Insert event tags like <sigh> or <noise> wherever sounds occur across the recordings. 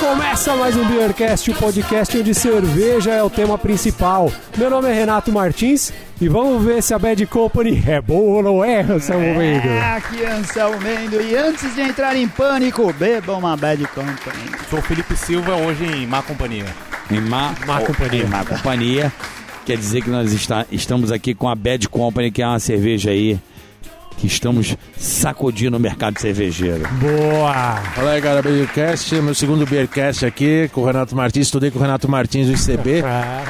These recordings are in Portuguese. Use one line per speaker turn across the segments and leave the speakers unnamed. Começa mais um Beercast, o podcast onde cerveja é o tema principal. Meu nome é Renato Martins e vamos ver se a Bad Company é boa ou não é, Anselmo Mendo.
É, aqui é Anselmo Mendo. E antes de entrar em pânico, bebam uma Bad Company.
Sou Felipe Silva, hoje em Má Companhia.
Em má,
Má companhia.
Em má companhia. Quer dizer que nós está- estamos aqui com a Bad Company, que é uma cerveja aí que estamos sacudindo o mercado cervejeiro.
Boa!
Fala aí, galera, Beercast, meu segundo Beercast aqui com o Renato Martins, estudei com o Renato Martins do ICB,
Ah,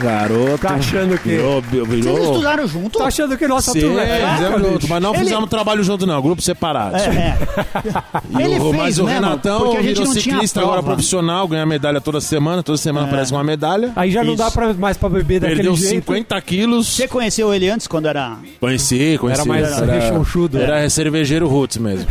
garoto.
Tá achando que.
Virou,
Vocês
virou.
estudaram junto?
Tá achando que nossa
Sim,
turma é fraca,
fizemos junto,
bicho?
mas não fizemos trabalho junto não, grupo separado.
É. <laughs>
E
Ele
o-
fez
mas
mesmo,
o Renatão
porque a gente
virou
não tinha
ciclista agora
prova. É.
profissional, ganha medalha toda semana, toda semana aparece uma medalha.
Aí já não dá
Isso.
pra, mais pra beber daquele
Perdeu
jeito.
50 quilos.
Você conheceu ele antes quando era. assim,
Conheci, conheci.
Era mais rechonchudo.
Era cervejeiro
<laughs>
roots mesmo.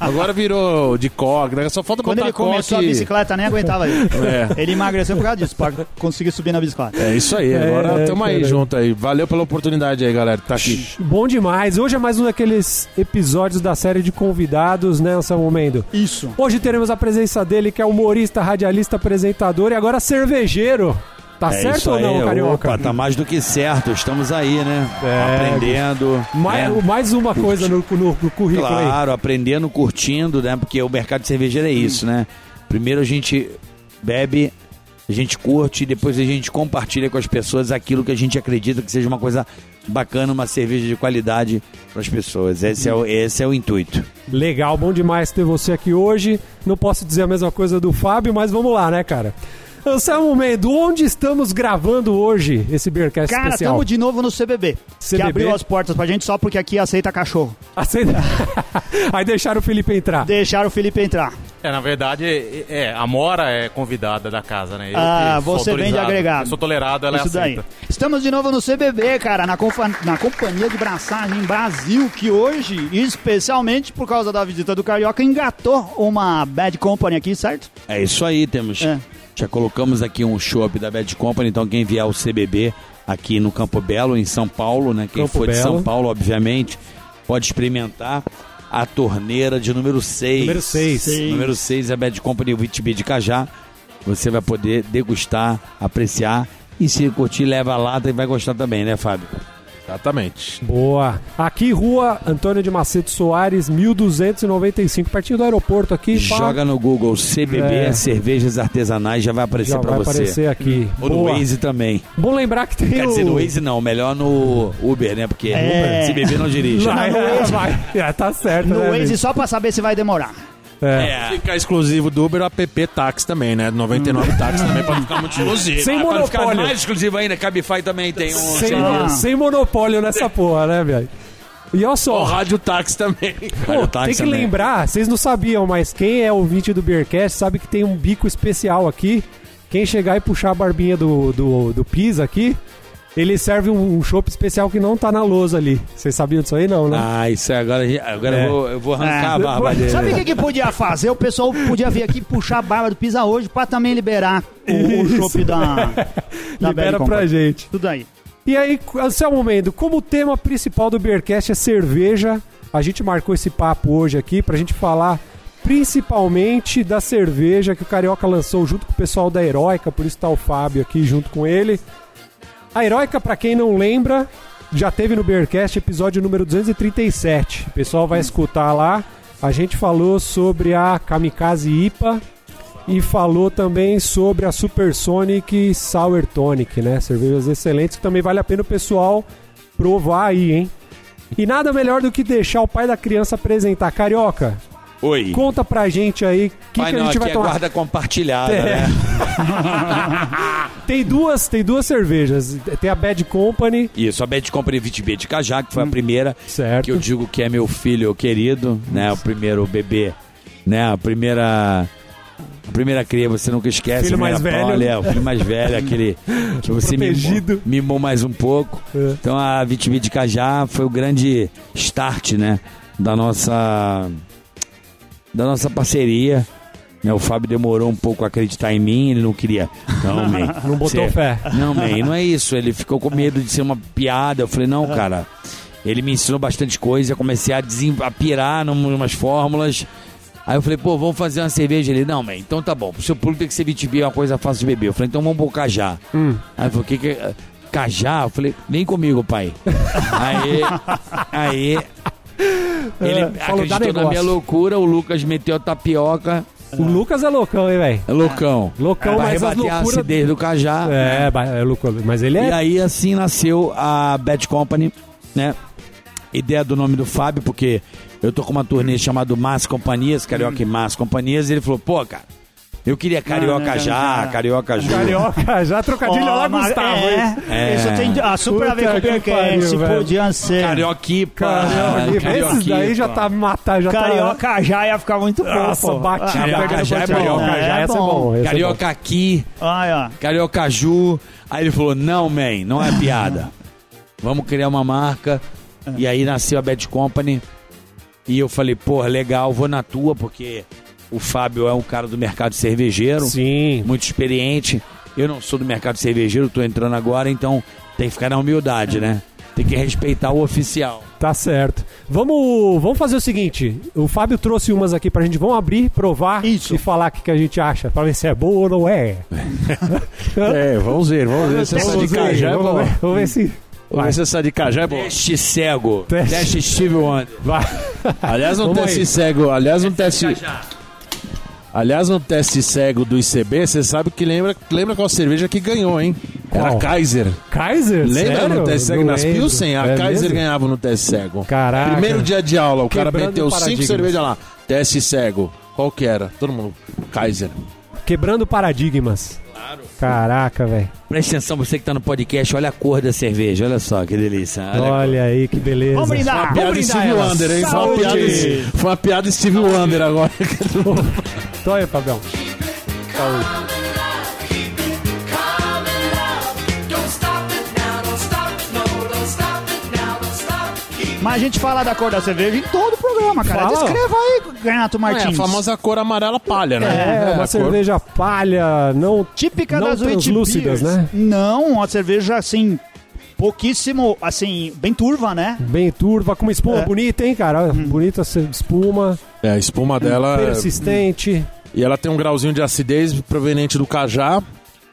Agora virou de coque, né? só falta
Quando
botar
ele começou
coque.
a bicicleta, nem aguentava ele.
É.
Ele emagreceu por causa disso, pra conseguir subir na bicicleta.
É isso aí, agora
É,
tamo aí
cara.
junto aí. Valeu pela oportunidade aí, galera. Tá aqui.
Bom demais. Hoje é mais um daqueles episódios da série de convidados, né, Anselmo Mendo?
Isso.
Hoje teremos a presença dele, que é humorista, radialista, apresentador e agora cervejeiro. Tá
É
certo
isso
ou não,
aí,
Carioca?
opa, tá mais do que certo, estamos aí, né?
É,
aprendendo.
mais,
né?
mais uma coisa no, no- no currículo aí.
Claro, aprendendo, curtindo, né? Porque o mercado de cervejeiro é isso, né? Primeiro a gente bebe, a gente curte, depois a gente compartilha com as pessoas aquilo que a gente acredita que seja uma coisa bacana, uma cerveja de qualidade para as pessoas. Esse é, o, esse é o intuito.
Legal, bom demais ter você aqui hoje. Não posso dizer a mesma coisa do Fábio, mas vamos lá, né, cara? Anselmo Mendo, onde estamos gravando hoje esse Beercast
Cara,
especial?
estamos de novo no CBB,
CBB?
Que abriu as portas pra gente só porque aqui aceita cachorro.
Aceita- <laughs> aí deixaram o Felipe entrar.
Deixaram o Felipe entrar.
É, na verdade, é, é, a Mora é convidada da casa, né? Eu
Ah,
que sou
você vem de
autorizado.
agregado.
Eu sou tolerado, ela é
Isso daí.
aceita.
Estamos de novo no CBB, cara, na, compa- na Companhia de Braçagem Brasil, que hoje, especialmente por causa da visita do Carioca, engatou uma Bad Company aqui, certo?
É isso aí, temos.
É.
Já colocamos aqui um shopping da Bad Company, então quem vier ao CBB aqui no Campo Belo, em São Paulo, né? Quem
Campo
for de
Belo.
São Paulo, obviamente, pode experimentar a torneira de número 6.
Número 6.
Sim.
Número 6 é a Bad Company Witb de Cajá. Você vai poder degustar, apreciar e se curtir, leva a lata e vai gostar também, né, Fábio?
Exatamente.
Boa. Aqui, rua Antônio de Macedo Soares, 1295, pertinho do aeroporto aqui. pá,
Joga no Google CBB
É.
Cervejas Artesanais, já vai aparecer
já
pra
vai
você.
aparecer aqui.
Ou no
Boa.
Waze também.
Bom lembrar que tem
Quer
o...
dizer, no
<laughs>
Waze não, melhor no Uber, né? Porque
É.
se beber não dirige.
Vai,
no
é,
Waze.
vai. É, tá certo,
No
né,
Waze
bicho?
só pra saber se vai demorar.
É.
É.
Ficar exclusivo do Uber, o app táxi também, né? 99 táxi também pra ficar muito exclusivo.
Sem
Ah, pra ficar
monopólio.
mais exclusivo ainda, Cabify também tem um
Sem,
serviço.
lá.
sem monopólio nessa porra, né, velho? E olha
Ó,
só,
rádio táxi também.
pô,
Olha o
tem
táxi
que
também.
lembrar, vocês não sabiam, mas quem é ouvinte do Beercast sabe que tem um bico especial aqui. Quem chegar e puxar a barbinha do, do, do Pis aqui, ele serve um, um chopp especial que não tá na lousa ali. Vocês sabiam disso aí não, né?
Ah, isso é agora. Agora
É.
eu, vou, eu vou arrancar
É.
a barba dele.
Sabe o que, que podia fazer? O pessoal podia vir aqui puxar a barba do Pisa hoje pra também liberar o, o
Isso.
chopp da,
tá
da
<laughs> Libera
Bad
pra
Company.
gente.
Tudo aí.
E aí, Anselmo momento, como o tema principal do Beercast é cerveja, a gente marcou esse papo hoje aqui pra gente falar principalmente da cerveja que o Carioca lançou junto com o pessoal da Heroica, por isso tá o Fábio aqui junto com ele. A Heroica, pra quem não lembra, já teve no Beercast episódio número 237. O pessoal vai escutar lá. A gente falou sobre a Kamikaze IPA e falou também sobre a Supersonic Sour Tonic, né? Cervejas excelentes que também vale a pena o pessoal provar aí, hein? E nada melhor do que deixar o pai da criança apresentar. Carioca,
Oi.
conta pra gente aí o que,
Mas
que a
não,
gente
aqui
vai
é
tomar.
guarda compartilhada,
É.
né?
Tem duas, tem duas cervejas. Tem a Bad Company,
Isso, a Bad Company 20B de Cajá,
Hum.
que foi a primeira
certo?
que eu digo que é meu filho querido, né? O primeiro bebê, né? A primeira. A primeira cria, você nunca esquece.
Filho
a primeira
mais velho.
prole, é, o filho mais
<laughs>
velho, aquele que você
Protegido.
mimou, mimou mais um pouco.
É.
Então a Vitimi de Cajá foi o grande start, né? Da nossa. Da nossa parceria. Né, o Fábio demorou um pouco a acreditar em mim, ele não queria.
<laughs>
Não, man.
Não botou
Você- é
fé.
Não, man, não é isso. Ele ficou com medo de ser uma piada. Eu falei, não, cara. Ele me ensinou bastante coisa, eu comecei a, desen- a pirar num- numas fórmulas. Aí eu falei, pô, vamos fazer uma cerveja. Ele, não, man, então tá bom. Pro seu público tem que ser vitibia, é uma coisa fácil de beber. Eu falei, então vamos pro cajá.
Hum.
Aí ele falou, o que que... é- Cajá? Eu falei, vem comigo, pai. aí, aí... Ele
É, falou, dá
acreditou na
negócio.
minha loucura, o Lucas meteu a tapioca,
O Lucas é loucão, hein, velho?
loucão.
Loucão,
Pra
mas as
É, rebater a
loucuras...
acidez do cajá.
É, ba- é loucão. Mas ele
E
é...
aí assim nasceu a Bad Company, né? Ideia do nome do Fábio, porque eu tô com uma turnê chamada Más Companhias, Carioca e Más Companhias, e ele falou, pô, cara, eu queria Carioca
não,
já,
já.
Carioca Ju.
Carioca, já trocadilho
Ó,
lá,
Mar-
Gustavo. hein?
É,
É.
Isso tem a super a ver com
Puta
o
que
Beercast,
pariu,
se
velho.
podia ser.
Carioquipa.
Carioca, esses daí já tá matado, já tá...
Carioca já ia ficar muito bom.
Nossa,
pô. Ah,
bati.
Carioca
bati no
já é
botão.
bom.
Carioca já,
É
essa é
bom.
bom. essa é bom.
Carioca aqui,
Olha,
Carioca Ju. Aí ele falou, não, man, não é piada. Vamos criar uma marca. E aí nasceu a Bad Company. E eu falei, porra, legal, vou na tua, porque o Fábio é um cara do mercado cervejeiro.
Sim.
muito experiente. Eu não sou do mercado cervejeiro, tô entrando agora, então tem que ficar na humildade, né? Tem que respeitar o oficial.
Tá certo. Vamos, vamos fazer o seguinte: o Fábio trouxe umas aqui pra gente. Vamos abrir, provar
Isso.
e falar o que, que a gente acha, pra ver se é boa ou não é.
É, vamos ver, vamos ver se essa
Vamos
de
ver,
cajá é
vamos,
boa.
ver, vamos ver se.
Vamos ver se essa de cajá é boa.
Teste cego.
Teste.
Teste, Steve Wonder.
Vai.
Aliás, um
Vamos
teste
aí.
cego, aliás, um teste. Aliás, um teste cego do ICB, você sabe que lembra, lembra qual cerveja que ganhou, hein? Era
Qual?
a Kaiser.
Kaiser?
Lembra
sério?
no teste cego
Não
nas
lembro.
Pilsen? A
É
Kaiser
mesmo?
ganhava no teste cego.
Caraca.
Primeiro dia de aula, o cara
Quebrando
meteu cinco
paradigmas.
cervejas lá. Teste cego. Qual que era? Todo mundo. Kaiser.
Quebrando paradigmas. Claro. Caraca, velho.
Presta atenção, você que tá no podcast, olha a cor da cerveja, olha só que delícia. Olha.
Olha aí que beleza.
vamos brindar.
Piada
Vamos brindar
Steve
ela.
Wonder, hein? Foi uma
Saúde.
piada, foi uma piada Steve Wonder agora.
Então aí, Fabião.
Mas a gente fala da cor da cerveja em todo o programa, cara.
Fala.
Descreva aí, Renato
É, a
Martins.
famosa cor amarela palha, né?
É,
a
uma
cor-
cerveja palha, não.
Típica
Não
das wheat
translúcidas,
beers.
né?
Não, uma cerveja assim, pouquíssimo, assim, bem turva, né?
Bem turva, com uma espuma
É.
bonita, hein, cara? Bonita essa espuma,
É, a espuma dela.
persistente.
E ela tem um grauzinho de acidez proveniente do cajá.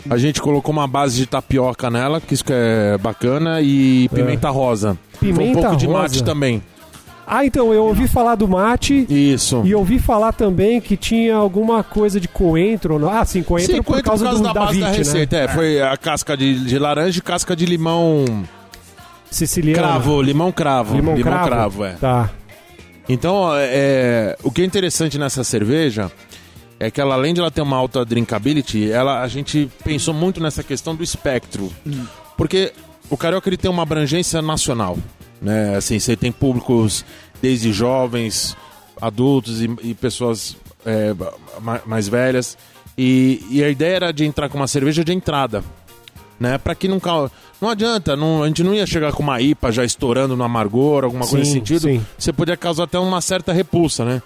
A gente colocou uma base de tapioca nela, que isso que é bacana, e pimenta rosa. Foi um
É. Pimenta
pouco de mate
rosa.
também.
Ah, então, eu ouvi falar do mate
Isso.
e ouvi falar também que tinha alguma coisa de coentro. não- Ah, sim, coentro,
Sim,
por,
coentro
causa do, né?
da base da
Vit,
receita. É, foi a casca de, de laranja e casca de limão
né? Siciliano.
cravo, limão cravo.
Limão, cravo.
é.
Tá.
Então, ó, é, o que é interessante nessa cerveja é que ela, além de ela ter uma alta drinkability, ela, a gente pensou muito nessa questão do espectro.
Hum.
Porque o carioca ele tem uma abrangência nacional. Né? Assim, você tem públicos desde jovens, adultos e, e pessoas é, ma- mais velhas. E, e a ideia era de entrar com uma cerveja de entrada né? Para que não cau- não adianta, não, a gente não ia chegar com uma IPA já estourando no amargor, alguma coisa
Sim,
nesse sentido.
sim.
Você podia causar até uma certa repulsa, né?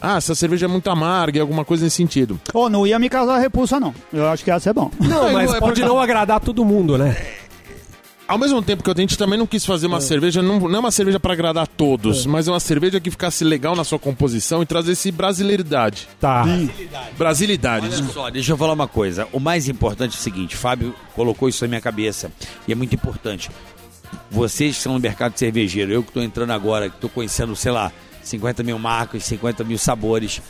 Ah, essa cerveja é muito amarga, alguma coisa nesse sentido.
Ô, não ia me causar repulsa, não. Eu acho que ia ser bom.
Não, mas
é
pode
porque-
não agradar todo mundo, né?
Ao mesmo tempo que a gente também não quis fazer uma cerveja, não, não é uma cerveja para agradar a todos, mas é uma cerveja que ficasse legal na sua composição e trazesse brasileiridade.
Tá.
Brasilidade.
Olha só, deixa eu falar uma coisa. O mais importante é o seguinte, Fábio colocou isso na minha cabeça e é muito importante. Vocês que estão no mercado cervejeiro, eu que estou entrando agora, que estou conhecendo, sei lá, 50 mil marcas, 50 mil sabores.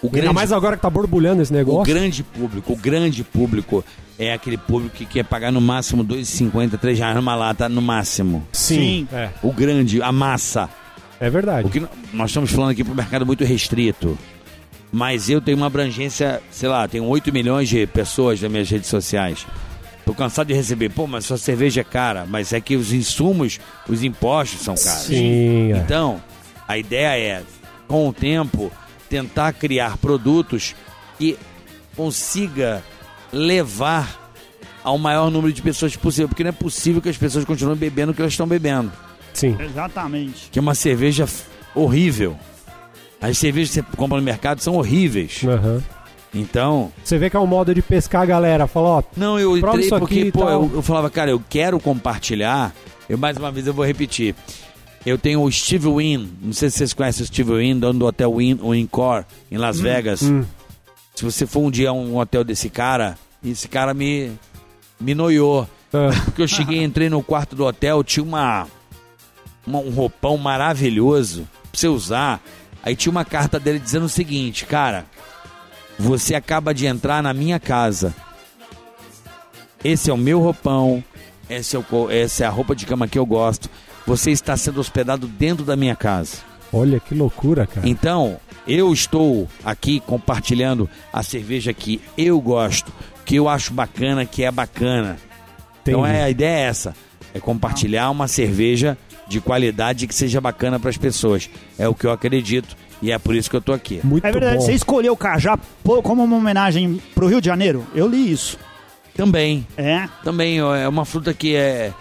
O
Ainda
grande
mais agora que tá borbulhando esse
O
negócio.
grande público, o grande público é aquele público que quer pagar no máximo R$2,50, R$3,00 reais numa lata, no máximo.
Sim.
É,
O grande, a massa.
é verdade.
O que n- nós estamos falando aqui para um mercado muito restrito. Mas eu tenho uma abrangência, sei lá, tenho 8 milhões de pessoas nas minhas redes sociais. Tô cansado de receber, pô, mas sua cerveja é cara, mas é que os insumos, os impostos são caros.
Sim, é.
Então, a ideia é, com o tempo, tentar criar produtos que consiga levar ao maior número de pessoas possível, porque não é possível que as pessoas continuem bebendo o que elas estão bebendo,
Sim.
Exatamente.
que é uma cerveja f- horrível. As cervejas que você compra no mercado são horríveis.
Aham.
Então,
Você vê que é um modo de pescar a galera. Fala, ó,
não, eu
Prova
entrei
isso aqui
porque,
e
pô,
tal.
eu, eu falava, cara, eu quero compartilhar. Eu mais uma vez eu vou repetir. Eu tenho o Steve Wynn, não sei se vocês conhecem o Steve Wynn, dono do Hotel Wynn, o Incor, em Las
Hum,
Vegas. Se você for um dia a um hotel desse cara, esse cara me, me noiou.
Ah,
Porque eu cheguei, entrei no quarto do hotel, tinha uma, uma- um roupão maravilhoso pra você usar. Aí tinha uma carta dele dizendo o seguinte, cara, você acaba de entrar na minha casa. Esse é o meu roupão, esse é o co- essa é a roupa de cama que eu gosto. Você está sendo hospedado dentro da minha casa.
<laughs> olha que loucura, cara.
Então, eu estou aqui compartilhando a cerveja que eu gosto, que eu acho bacana, que é bacana. Então
Entendi.
é, a ideia é essa: é compartilhar uma cerveja de qualidade que seja bacana para as pessoas. É o que eu acredito e é por isso que eu tô aqui.
Muito
É verdade,
bom.
você escolheu o Cajá pô, como uma homenagem pro Rio de Janeiro? Eu li isso.
Também,
É.
também ó, é uma fruta que é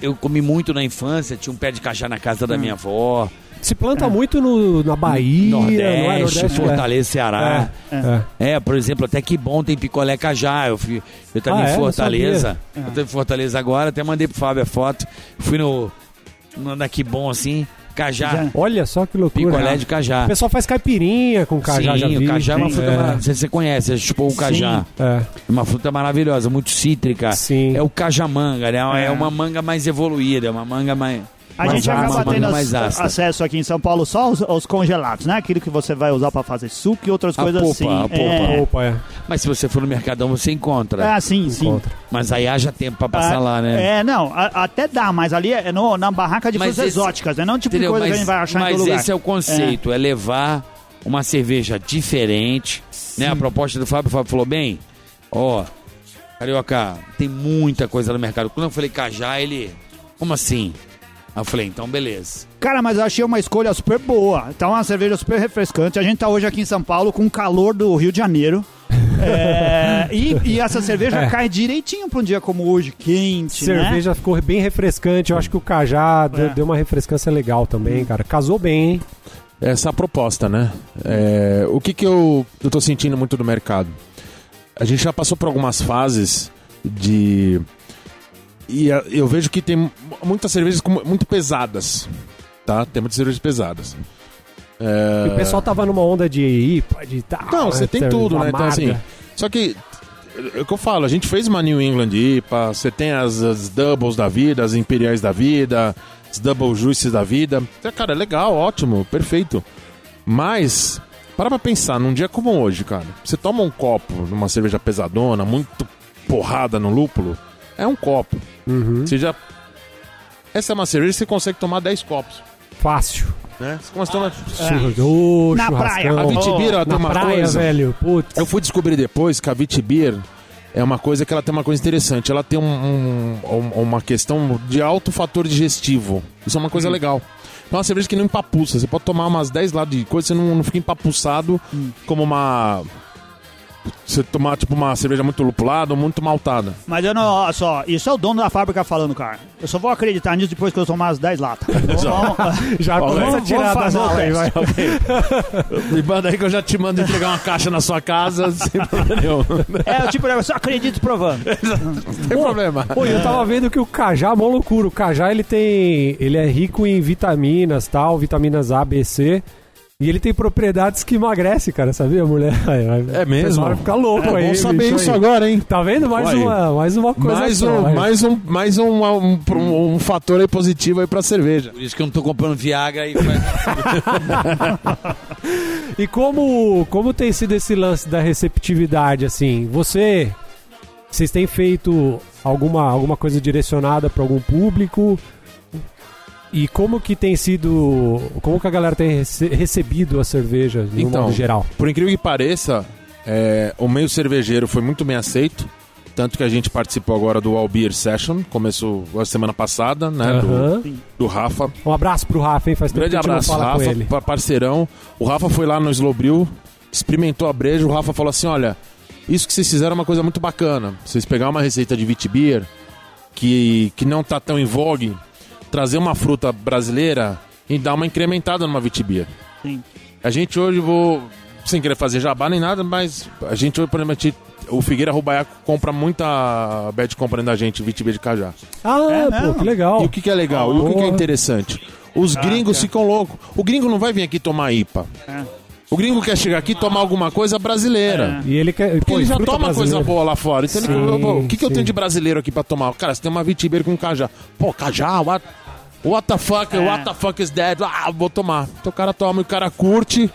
eu comi muito na infância, tinha um pé de cajá na casa
Hum.
da minha avó,
Se planta muito no- na Bahia,
Nordeste,
não é?
Fortaleza, Ceará.
É, é.
É, por exemplo, até que bom tem picolé cajá. Eu, fui, eu tava
Ah, é?
em
Não Ah.
Fortaleza.
sabia.
Eu tô em Fortaleza agora, até mandei pro Fábio a foto. Fui no. no na que bom assim, cajá.
Já.
Olha só que loucura. né?
Picolé de
O
cajá.
pessoal faz caipirinha com cajá,
é Sim,
já vi.
o cajá é uma
Sim.
fruta maravilhosa. Não sei se você conhece, é tipo o cajá.
É,
É uma fruta maravilhosa, muito cítrica.
Sim.
É o cajamanga, né? É.
É.
uma manga mais evoluída, é uma manga mais.
A
mais
gente
ácida,
acaba
uma
tendo
manga
as-
mais ácida.
acesso aqui em São Paulo só aos, aos congelados, né? Aquilo que você vai usar pra fazer suco e outras
A
coisas
polpa,
assim.
a polpa.
É,
Opa, é.
Mas se você for no Mercadão, você encontra.
é assim, sim.
Encontra.
Mas aí haja tempo pra passar
Ah,
lá, né?
É, não, a- até dá, mas ali é no- na barraca de
Mas
frutas
esse-
exóticas, né? Não tipo de
Entendeu?
coisa
mas
que a gente vai achar em
mas
todo lugar.
esse é o conceito, é, levar uma cerveja diferente, né? A proposta do Fábio, o Fábio falou bem, ó, carioca, tem muita coisa no mercado. Quando eu falei cajá, ele, como assim? Aí eu falei, então beleza.
Cara, mas eu achei uma escolha super boa. Então, uma cerveja super refrescante. A gente tá hoje aqui em São Paulo com o calor do Rio de
<laughs>
Janeiro. É, e, e essa cerveja
É.
cai direitinho pra um dia como hoje, quente, né?
Cerveja ficou bem refrescante. Eu acho que o cajá deu,
É.
deu uma refrescância legal também, cara. Casou bem, hein?
essa é a proposta, né? É, o que, que eu, eu tô sentindo muito do mercado? A gente já passou por algumas fases de. E a- eu vejo que tem mu- muitas cervejas com- muito pesadas. Tá? Tem muitas cervejas pesadas. É,
E o pessoal tava numa onda de IPA, de tal.
Não, você
né,
tem tudo, né? Então,
amarga.
assim. Só que. É o que eu falo, a gente fez uma New England IPA, você tem as, as doubles da vida, as imperiais da vida, as double juices da vida. Então, Cara, legal, ótimo, perfeito. Mas, para pra pensar, num dia como hoje, cara, você toma um copo numa cerveja pesadona, muito porrada no lúpulo, é um copo.
Uhum.
Você já. Essa é uma cerveja que você consegue tomar 10 copos,
Fácil.
né? Você consegue tomar.
Churras- Ah, Ô,
Na
churrascão.
praia.
A Vitibira ela tem
Na
uma
praia,
coisa.
velho. Putz.
Eu fui descobrir depois que a Vitibir é uma coisa que ela tem uma coisa interessante. Ela tem um- um- um- uma questão de alto fator digestivo. Isso é uma coisa legal. É uma cerveja que não empapuça. Você pode tomar umas 10 lados de coisa, você não, não fica empapuçado como uma. Você tomar, tipo, uma cerveja muito lupulada ou muito maltada.
Mas eu não, ó, só, isso é o dono da fábrica falando, cara. Eu só vou acreditar nisso depois que eu tomar as 10
<laughs>
latas. Então, Vamos- vamos-
Já
Ó,
começa a
vamos
tirar da
fazer o
mala aí, vai.
teste.
Me manda aí que eu já te mando entregar uma caixa na sua casa <laughs> sem problema nenhum. Não
É o tipo, eu só acredito provando.
tem problema.
Pô, e eu tava vendo que o cajá é mó loucura. O cajá, ele tem... Ele é rico em vitaminas, tal. Vitaminas A, B, C. E ele tem propriedades que emagrece, cara. Sabia, mulher? <laughs>
É mesmo?
Vai ficar louco aí.
Vamos saber
bicho,
isso
aí.
agora, hein?
Tá vendo? Mais
Aí.
uma, mais uma coisa.
Mais
só, né?
um,
vai.
mais um, mais um, um, um- um fator aí positivo aí pra cerveja.
Por isso que eu não tô comprando Viagra e faz-
E como, como tem sido esse lance da receptividade, assim? Você. Vocês têm feito alguma, alguma coisa direcionada para algum público? E como que tem sido. Como que a galera tem rece- recebido a cerveja, no
Então.
modo geral?
Por incrível que pareça, é, o meio cervejeiro foi muito bem aceito. Tanto que a gente participou agora do All Beer Session, começou a semana passada, né? do-
Aham.
do Rafa.
Um abraço pro Rafa, hein? Faz tempo
Grande
que a gente não
abraço,
fala com
Rafa,
ele.
pa- parceirão. O Rafa foi lá no Slowbril, experimentou a breja. O Rafa falou assim: olha, isso que vocês fizeram é uma coisa muito bacana. Vocês pegar uma receita de Vitibir, que, que não tá tão em vogue, trazer uma fruta brasileira e dar uma incrementada numa Vitibir.
Sim.
A gente hoje vou. Sem querer fazer jabá nem nada, mas a gente hoje, por exemplo, a gente- o Figueira Rubaiaco compra muita bad company da gente, Vitibia de Cajá.
Ah,
É
pô,
mesmo?
que legal.
E o que, que é legal? e o que, que é
Porra.
interessante? Os gringos
cara.
ficam loucos. O gringo não vai vir aqui tomar IPA.
É.
O gringo quer chegar aqui e tomar alguma coisa brasileira.
E ele quer.
Porque
pô,
ele já
É. fruta
toma
brasileira.
coisa boa lá fora. Então ele
Sim,
fala, "Pô, o que, que eu
sim.
tenho de brasileiro aqui pra tomar? Cara, você tem uma vitibeira com cajá. Pô, cajá, what, what the fuck, what the fuck is that? Ah, vou tomar. Então o cara toma, e o cara curte,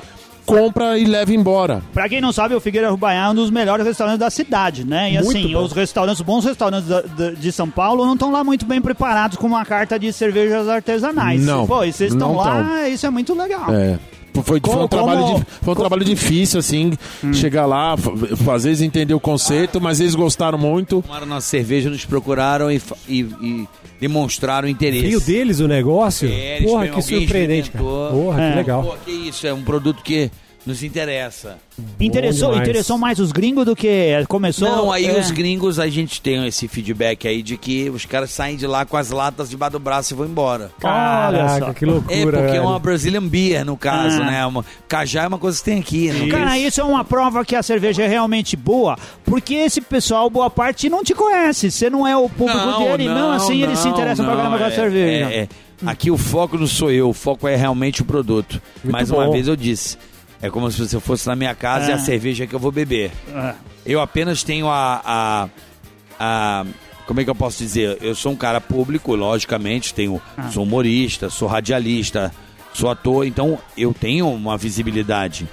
compra e leva embora.
Pra quem não sabe, o Figueira Rubaiá é um dos melhores restaurantes da cidade, né? E
Muito
assim,
bom.
os restaurantes, bons restaurantes da- da- de São Paulo não estão lá muito bem preparados com uma carta de cervejas artesanais.
Não,
Pô, e vocês estão
não
lá,
tão.
isso é muito legal.
É. Foi, foi
Como-
um trabalho
como-
dif- foi um trabalho difícil, assim, chegar lá, fa- fazer eles entender o conceito, mas eles gostaram muito.
Tomaram nossa cerveja, nos procuraram e, fa- e- e demonstraram interesse.
Veio deles o negócio?
É, eles
Porra,
pegam-
que
alguém
surpreendente, cara.
experimentou.
Porra,
É.
que legal.
Pô, que isso, é um produto que nos interessa.
Interessou,
demais.
interessou mais os gringos do que começou.
Não, aí
é.
os gringos, a gente tem esse feedback aí de que os caras saem de lá com as latas debaixo do braço e vão embora.
Olha
Caraca,
só.
que loucura.
É, porque é
velho.
uma Brazilian Beer, no caso,
Ah.
né? Uma, cajá é uma coisa que tem aqui. Não
Cara, isso é uma prova que a cerveja é realmente boa, porque esse pessoal, boa parte, não te conhece. Você não é o público dele, não, assim eles se interessam pra caramba com a
é-
cerveja.
é- é. Aqui o foco não sou eu, o foco é realmente o produto.
Muito
Mais
bom.
uma vez eu disse, é como se você fosse na minha casa e
É.
a cerveja que eu vou beber.
É.
Eu apenas tenho a, a, a- Como é que eu posso dizer? Eu sou um cara público, logicamente, tenho.
Ah.
Sou humorista, sou radialista, sou ator, então eu tenho uma visibilidade.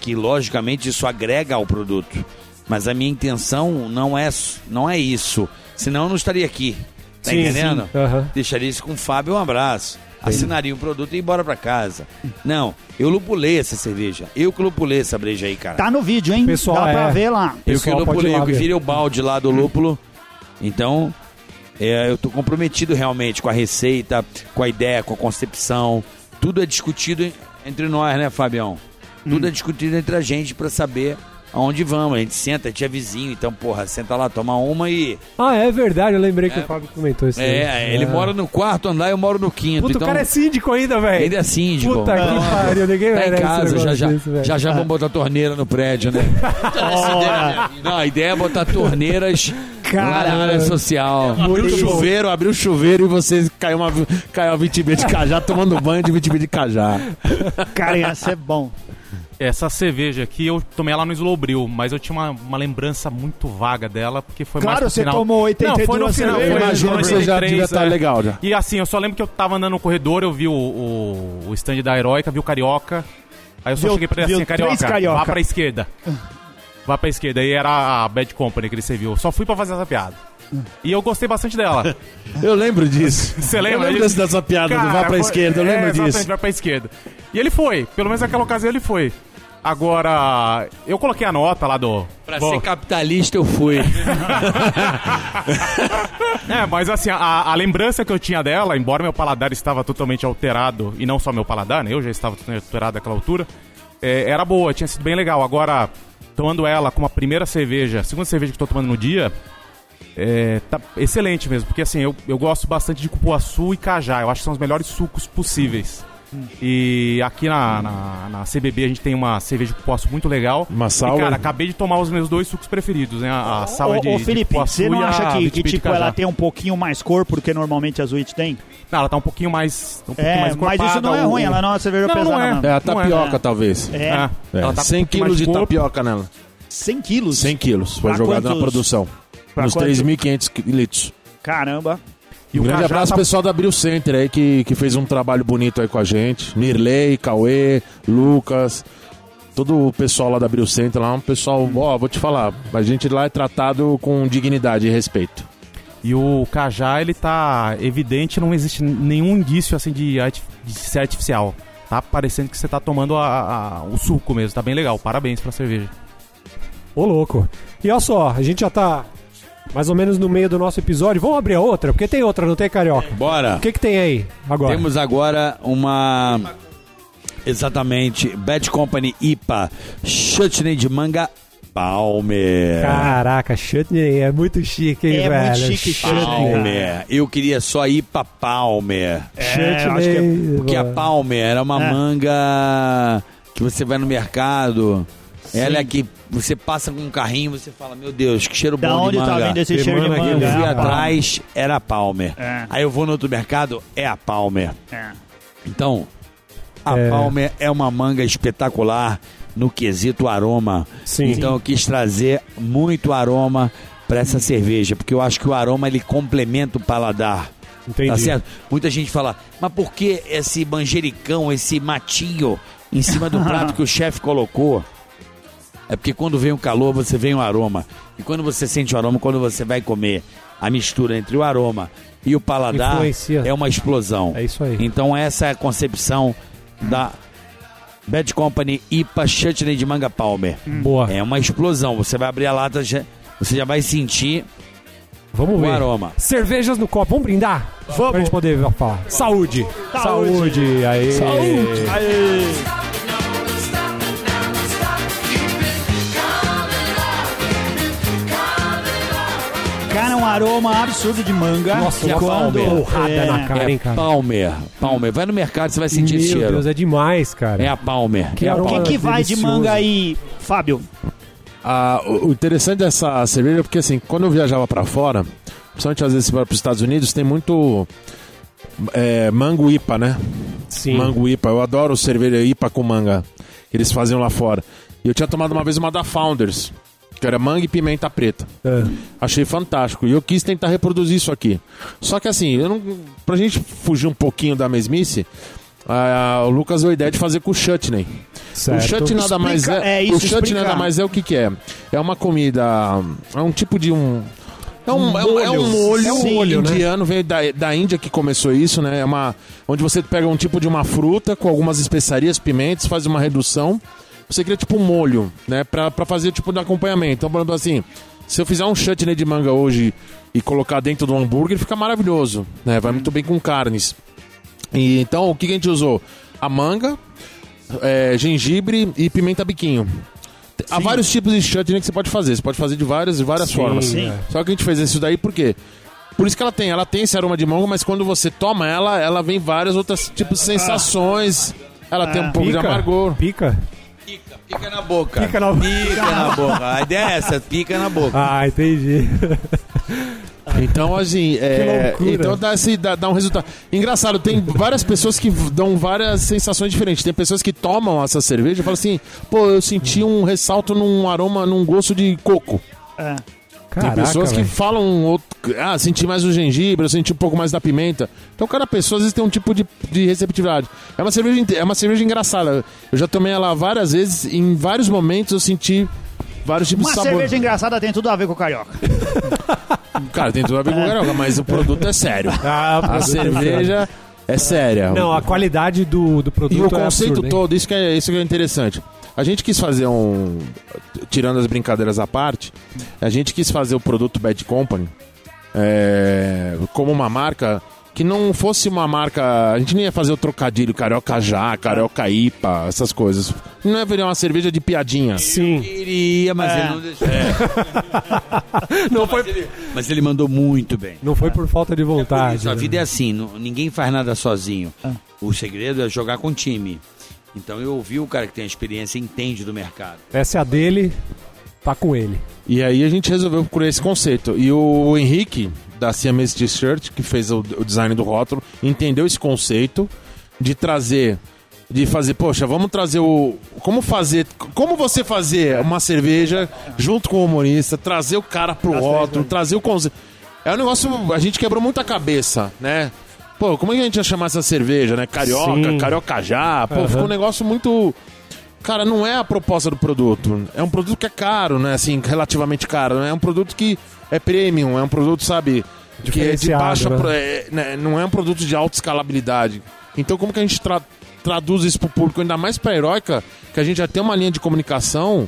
Que logicamente isso agrega ao produto. Mas a minha intenção não é, s- não é isso. Senão eu não estaria aqui. Tá
Sim,
entendendo?
sim, aham.
Deixaria isso com o Fábio, um abraço. Assinaria o produto e ia embora pra casa. Não, eu lupulei essa cerveja. Eu que lupulei essa breja aí, cara.
Tá no vídeo, hein?
Pessoal,
Dá pra
é.
ver lá.
Eu que
Pessoal, pode ir
lupulei,
lá
eu que
ver.
virei o balde lá do lúpulo. Então, é, eu tô comprometido realmente com a receita, com a ideia, com a concepção. Tudo é discutido en- entre nós, né, Fabião? Tudo é discutido entre a gente pra saber aonde vamos. A gente senta, a gente é vizinho, então, porra, senta lá, toma uma e.
Ah, é verdade, eu lembrei que o Fábio comentou isso. aí. Ah.
É, ele mora no quarto andar, eu moro no quinto.
Puta, o
então,
cara é síndico ainda,
ainda
velho.
é síndico.
Puta que
Então,
pariu, ninguém
Tá em
merece
casa,
um
já já,
negócio desse, velho.
já já vamos botar torneira no
<laughs>
prédio, né? Não, a ideia é botar torneiras lá na área social.
Abriu o chuveiro, abriu o chuveiro e você caiu uma, caiu uma vitibia de cajá tomando banho de vitibia de cajá.
Cara, ia ser bom.
Essa cerveja aqui eu tomei ela no Slowbril, mas eu tinha uma, uma lembrança muito vaga dela, porque foi mais
Claro,
pro
você
final.
tomou 82
Não, foi no final.
Eu
foi no
imagino que você já
83,
devia
tá
estar
é.
legal já.
E assim, eu só lembro que eu tava andando no corredor, eu vi o, o, o stand da Heroica, vi o Carioca. Aí eu só
Viu-
cheguei pra ele assim,
viu três
Carioca,
Carioca."
vá pra esquerda. Vá pra esquerda. E era a Bad Company que ele serviu. Eu Só fui pra fazer essa piada.
Hum.
E eu gostei bastante dela.
Eu lembro disso.
Você lembra?
Eu lembro dessa, dessa piada do vá pra
foi-
esquerda, eu
é,
lembro disso.
Exatamente, vai pra esquerda. E ele foi, pelo menos naquela ocasião ele foi. Agora, eu coloquei a nota lá do.
Pra
Bom,
ser capitalista eu fui.
É, mas assim, a, a lembrança que eu tinha dela, embora meu paladar estava totalmente alterado, e não só meu paladar, né? Eu já estava totalmente alterado naquela altura, é, era boa, tinha sido bem legal. Agora, tomando ela como a primeira cerveja, a segunda cerveja que eu tô tomando no dia, é, tá excelente mesmo, porque assim, eu, eu gosto bastante de cupuaçu e cajá, eu acho que são os melhores sucos possíveis. E aqui na, na, na CBB a gente tem uma cerveja de cupuaçu muito legal.
Uma
E,
sour?
cara, acabei de tomar os meus dois sucos preferidos, né? A, a sour
Ô,
de,
ô,
de
Felipe,
cupuaçu
você não
e a
acha que, que,
vitibi de
tipo, ela
cajá.
tem um pouquinho mais cor, porque normalmente as Wheat tem?
Não, ela tá um pouquinho mais. Um pouquinho
É,
mais
mas
encorpada,
isso não é
o-
ruim, ela não é uma cerveja
Não, não
pesada,
é.
não.
É a
Não é,
tapioca, talvez.
É,
É.
É,
Ela tá com
100
um pouquinho mais
quilos de
corpo.
tapioca nela.
100 quilos.
100 quilos. Foi
Pra
jogada na
quantos-
produção.
pra
Nos
quantos?
3.500 litros.
Caramba.
E
um
o
grande
cajá
abraço
tá-
ao pessoal da Abril Center aí, que, que fez um trabalho bonito aí com a gente. Nirley, Cauê, Lucas, todo o pessoal lá da Abril Center, lá um pessoal, ó, vou te falar, a gente lá é tratado com dignidade e respeito.
E o cajá, ele tá evidente, não existe nenhum indício assim de, arti- de ser artificial. Tá parecendo que você tá tomando a- a- o suco mesmo, tá bem legal. Parabéns pra cerveja.
Ô, louco. E olha só, a gente já tá mais ou menos no meio do nosso episódio. Vamos abrir a outra? Porque tem outra, não tem, Carioca?
Bora.
O que que tem aí agora?
Temos agora uma. Exatamente. Bad Company IPA. Chutney de manga Palmer.
Caraca, chutney é muito chique, hein,
É
velho?
muito chique, chutney.
Palmer. Eu queria só IPA Palmer.
É, acho que é-
Chutney,
Porque a
mano.
Palmer era uma
É.
manga que você vai no mercado. Ela é a que você passa com um carrinho, você fala, meu Deus, que cheiro
Da
bom
onde
de
tá
manga.
vindo esse cheiro de
Semana que
manga?
Eu fui
É a
atrás, era a Palmer.
É.
Aí eu vou no outro mercado, é a Palmer.
palma.
Então, a
É.
Palmer é uma manga espetacular no quesito aroma.
Sim.
Então eu quis trazer muito aroma para essa cerveja, porque eu acho que o aroma ele complementa o paladar.
Entendi.
Tá certo? Muita gente fala, mas por que esse manjericão, esse matinho em cima do prato que o chefe colocou? É porque quando vem o calor, você vem o aroma. E quando você sente o aroma, quando você vai comer, a mistura entre o aroma e o paladar
Influencia.
é uma explosão.
É isso aí.
Então essa é a concepção da Bad Company IPA Chutney de Manga Palmer.
Boa.
É uma explosão. Você vai abrir a lata, já- você já vai sentir
Vamos
o
ver.
aroma.
Cervejas no copo. Vamos brindar?
Vamos.
Pra gente poder falar. Saúde.
Saúde.
Saúde. Aê. Saúde.
Aê. Cara, um aroma absurdo de manga.
Nossa,
que
uma porrada
é,
na cara,
É
hein, cara.
Palmer. Palmer. Vai no mercado, você vai sentir
Meu
esse cheiro.
Deus, é demais, cara.
É a Palmer.
Que
é a
aroma-
Quem
Palmer.
que vai de
Delicioso.
manga aí, Fábio?
Ah, o o interessante dessa cerveja é porque, assim, quando eu viajava pra fora, principalmente às vezes para os Estados Unidos, tem muito é, mango IPA, né?
Sim.
Mango IPA. Eu adoro cerveja IPA com manga que eles faziam lá fora. E eu tinha tomado uma vez uma da Founders, que era manga e pimenta preta.
É.
Achei fantástico. E eu quis tentar reproduzir isso aqui. Só que assim, eu não... pra gente fugir um pouquinho da mesmice, ah, o Lucas deu a ideia de fazer com o chutney. O
Certo.
chutney nada mais
é
é,
isso,
o chutney
explica.
nada mais é o que que é? É uma comida, é um tipo de um é um, é um- é um molho,
É um molho, né?
indiano, veio da, da Índia que começou isso, né? É uma, onde você pega um tipo de uma fruta com algumas especiarias, pimentas, faz uma redução. Você cria tipo um molho, né? Pra, pra fazer tipo de acompanhamento. Então, por exemplo, assim, se eu fizer um chutney de manga hoje e colocar dentro do hambúrguer, fica maravilhoso, né? Vai muito bem com carnes. E, então, o que, que a gente usou? A manga, é, gengibre e pimenta biquinho. Há vários tipos de chutney que você pode fazer. Você pode fazer de várias, de várias
Sim,
formas.
sim.
Só que a gente fez isso daí por quê? Por isso que ela tem. Ela tem esse aroma de manga, mas quando você toma ela, ela vem várias outras tipos de sensações. Ela tem um pouco de amargor.
Ah. Pica?
Pica, pica na boca.
Pica na-
Pica <laughs> na boca. A ideia é essa, pica na boca.
Ah, entendi.
Então, assim, é,
loucura.
então dá, esse, dá, dá um resultado. Engraçado, tem várias pessoas que dão várias sensações diferentes. Tem pessoas que tomam essa cerveja e falam assim: pô, eu senti um ressalto num aroma, num gosto de coco.
É.
Caraca,
Tem pessoas que
velho.
falam, outro- ah, senti mais o gengibre, eu senti um pouco mais da pimenta. Então cada pessoa às vezes tem um tipo de, de receptividade. É uma, cerveja, inte- é uma cerveja engraçada. Eu já tomei ela várias vezes, e em vários momentos eu senti vários
Um
tipos
Uma
de sabor.
cerveja engraçada tem tudo a ver com o carioca.
Cara, tem tudo a ver
É.
com carioca, mas o produto é
<laughs>
sério.
Ah,
A
produto
cerveja é séria.
Não, a qualidade do, do produto
E o
é
conceito
absurda, hein?
todo, isso que, é, isso que é interessante. A gente quis fazer um. Tirando as brincadeiras à parte, a gente quis fazer o produto Bad Company é, como uma marca que não fosse uma marca. A gente nem ia fazer o trocadilho carioca já, carioca ipa, essas coisas. Não ia virar uma cerveja de piadinha.
Sim.
Queria, mas ele não <laughs> deixou.
Não foi,
Mas ele mandou muito bem.
não foi por falta de
Por
vontade.
isso, a
né?
vida é assim, não- ninguém faz nada sozinho. O segredo é jogar com time. Então eu ouvi o cara que tem a experiência e entende do mercado.
Essa é a dele, tá com ele.
E aí a gente resolveu procurar esse conceito. E o Henrique, da CMS T-Shirt, que fez o, o design do rótulo, entendeu esse conceito de trazer. De fazer, poxa, vamos trazer o. Como fazer. Como você fazer uma cerveja junto com o humorista, trazer o cara pro rótulo, trazer o conceito. É um negócio. A gente quebrou muita cabeça, né? Pô, como é que a gente ia chamar essa cerveja, né? Carioca,
Sim.
carioca já. Pô, ficou um negócio muito. Cara, não é a proposta do produto. É um produto que é caro, né? Assim, relativamente caro. né? É um produto que é premium, é um produto, sabe? Que é de
Diferenciado,
baixa.
né?
pro- é, né, Não é um produto de alta escalabilidade. Então, como que a gente tra- traduz isso pro público, ainda mais pra heróica, que a gente já tem uma linha de comunicação,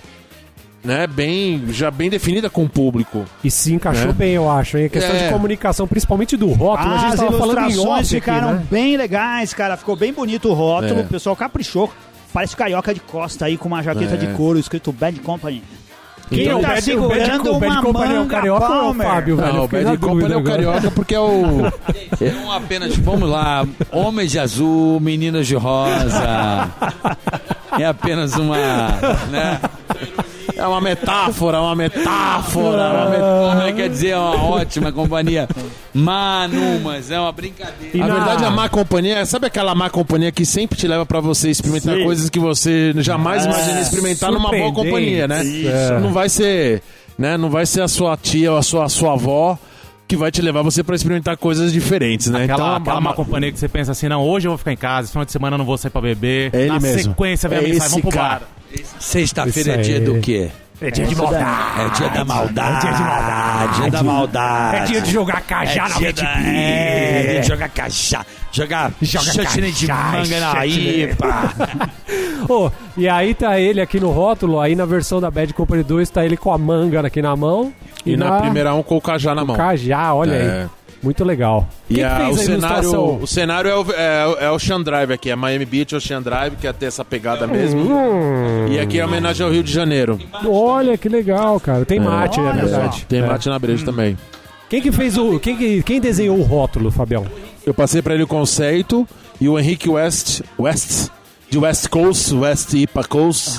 né? Bem, já bem definida com o público.
E se encaixou
Né?
bem, eu acho, hein? A questão
É.
de comunicação, principalmente do rótulo. a
As
gente tava falando em off
ilustrações
aqui,
ficaram
né?
bem legais, cara. Ficou bem bonito o rótulo.
É.
O pessoal caprichou. Parece carioca de costa aí com uma jaqueta
É.
de couro escrito Bad Company.
Quem
Então,
é o
tá
Bad, o Bad
segurando
Co- o Bad
uma
Company é o
manga
Carioca ou é o
Palmer?
Fábio, velho?
Não,
Eu
o
fiquei
Bad
na
Company
dúvida
é o
agora.
carioca porque é o.
<laughs>
Não é um apenas, vamos lá, homens de azul, meninas de rosa. É apenas uma. Né?
É uma metáfora, uma metáfora. uma met-
Não quer dizer, é uma ótima companhia. Manu, mas é uma brincadeira.
Na verdade, a má companhia, é- sabe aquela má companhia que sempre te leva pra você experimentar
Sim.
coisas que você jamais imagina experimentar numa boa
surpreendente.
companhia, né?
Isso. É.
Não vai ser, né, não vai ser a sua tia ou a sua, a sua avó que vai te levar você pra experimentar coisas diferentes, né?
Aquela,
a-
aquela
a-
má companhia que você pensa assim, não, hoje eu vou ficar em casa, esse final de semana eu não vou sair pra beber.
É ele
Na
mesmo.
sequência vem a
É
mensagem,
esse
vamos pro bar.
cara.
Sexta-feira é
Isso
dia
aí.
do quê?
É dia de maldade.
É dia da maldade. É dia de maldade. Dia da maldade.
É dia de jogar cajá na
dia
frente.
da- é, dia de jogar caixa. Jogar chantilly de
cajá,
manga na
chantilly.
IPA.
Ô, e aí tá ele aqui no rótulo, aí na versão da Bad Company 2 tá ele com a manga aqui na mão.
E na
Ah.
primeira um com o cajá na mão.
Cajá, olha
É.
aí. Muito legal.
E
Quem
a-
fez
o,
a
cenário,
ilustração?
o cenário é o, é, o- é o Ocean Drive aqui, é Miami Beach Ocean Drive, que é ter essa pegada mesmo. E aqui é homenagem ao Rio de Janeiro.
Olha que legal, cara. Tem mate, é
Olha
verdade.
Tem
É.
mate na breja também.
Quem que fez o. Quem, que- quem desenhou o rótulo, Fabião?
Eu passei pra ele o conceito e o Henrique West, West de West Coast, West Ipa Coast,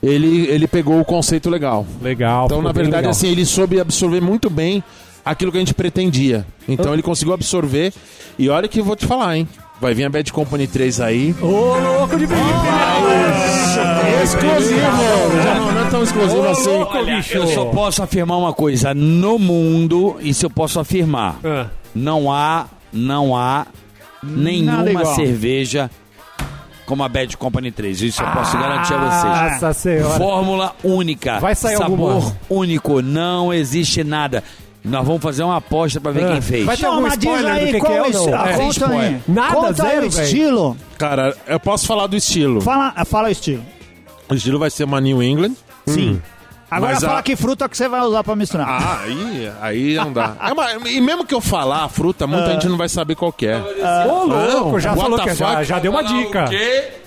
ele, ele pegou o conceito legal.
Legal.
Então,
ficou
na
bem
verdade,
legal.
assim, ele soube absorver muito bem aquilo que a gente pretendia. Então, ele conseguiu absorver. E olha que eu vou te falar, hein? Vai vir a Bad Company 3 aí.
Ô, louco de
Ah. Exclusivo! Já não, não é tão exclusivo assim.
louco, bicho.
Eu só posso afirmar uma coisa. No mundo, isso eu posso afirmar.
Ah.
Não há, não há nenhuma
igual.
cerveja como a Bad Company 3. Isso eu posso garantir a vocês.
Nossa senhora.
Fórmula única.
Vai sair
Sabor
alguma.
único. Não existe nada. Nós vamos fazer uma aposta pra ver
Ah.
quem fez.
Vai ter algum spoiler do que, que é ou não?
Ah,
É.
sem
conta
spoiler.
aí.
Nada,
conta aí
zero,
o
velho.
estilo.
Cara, eu posso falar do estilo.
Fala, fala o estilo.
O estilo vai ser uma New England.
Sim. Agora
Hum. Mas a-
fala que fruta que você vai usar pra misturar.
Ah, aí, aí não dá. É uma- e mesmo que eu falar a fruta, muita gente Ah. não vai saber qual que é.
Ô, louco,
Não,
já
what
falou
the
que já,
fuck?
já deu uma dica.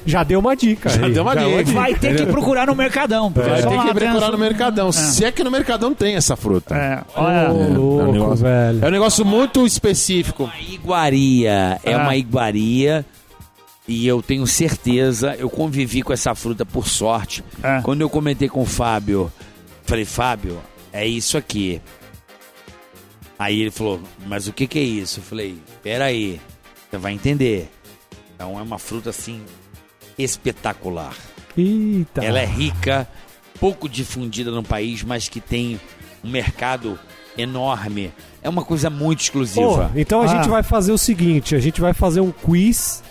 Já deu uma dica.
Já
aí,
Ah, deu uma dica.
Vai ter que procurar no mercadão. porque
Vai
só
ter
lá
que
tem
procurar
as-
no Mercadão. Se é que no Mercadão tem essa fruta.
É, olha.
Ô, louco,
negócio-
velho.
É um negócio muito específico.
Uma iguaria. É
Ah.
uma iguaria. E eu tenho certeza, eu convivi com essa fruta por sorte.
Ah.
Quando eu comentei com o Fábio, falei, Fábio, é isso aqui. Aí ele falou, mas o que, que é isso? Eu falei, peraí, você vai entender. Então é uma fruta assim espetacular.
Eita.
Ela é rica, pouco difundida no país, mas que tem um mercado enorme. É uma coisa muito
Pô,
exclusiva.
então a
Ah.
gente vai fazer o seguinte: a gente vai fazer um quiz.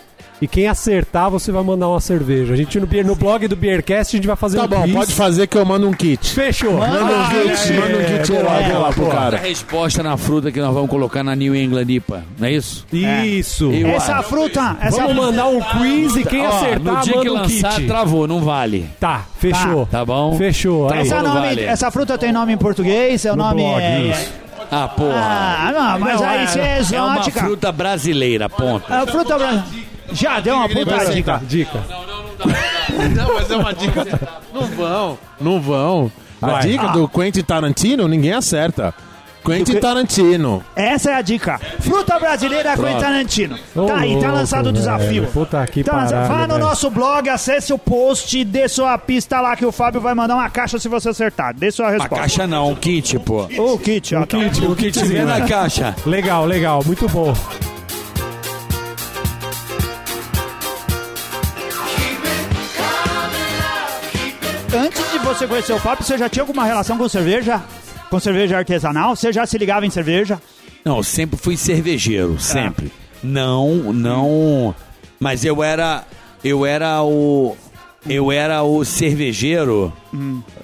E quem acertar, você vai mandar uma cerveja. A gente no, Beer- no blog do Beercast, a gente vai fazer
Tá
um
bom,
quiz.
pode fazer que eu mando um kit.
Fechou.
Manda um kit,
é,
manda um kit
boa,
lá,
boa,
lá pro
boa.
A
cara.
resposta na fruta que nós vamos colocar na New England IPA, não é isso?
Isso.
Eu
Essa fruta, essa
Vamos
fruta.
mandar um quiz e quem
Ó,
acertar,
no dia que
manda um
lançar,
kit.
travou, não vale.
Tá, fechou.
Tá bom?
Fechou. aí.
Essa,
Vamos,
nome-
vale.
essa fruta tem nome em português, é o
No
nome
blog,
é...
isso.
Ah, porra.
Ah, não, mas
Não, é-
aí você é
é uma
exótica.
fruta brasileira, ponta.
É, fruta bra- Já deu uma puta dica.
Dica.
Não, mas é uma dica. Não vão. Não vão. A
Vai.
dica do Quentin Tarantino, ninguém acerta. Quentin Tarantino.
Essa é a dica. Fruta brasileira com Tarantino.
Ô,
Tá aí, tá
louco,
lançado o
velho.
desafio.
Puta que
Tá lançado.
parada,
Vá no
velho.
nosso blog, acesse o post, dê sua pista lá que o Fábio vai mandar uma caixa se você acertar. Dê sua
A
resposta.
caixa não, o kit, pô.
O kit, ó. tá.
O que tiver na caixa.
né? Legal, legal. Muito bom.
Antes de você conhecer o Fábio, você já tinha alguma relação com cerveja? Com cerveja artesanal? Você já se ligava em cerveja?
Não, eu sempre fui cervejeiro, sempre. Não, não. Mas eu era. Eu era o. Eu era o cervejeiro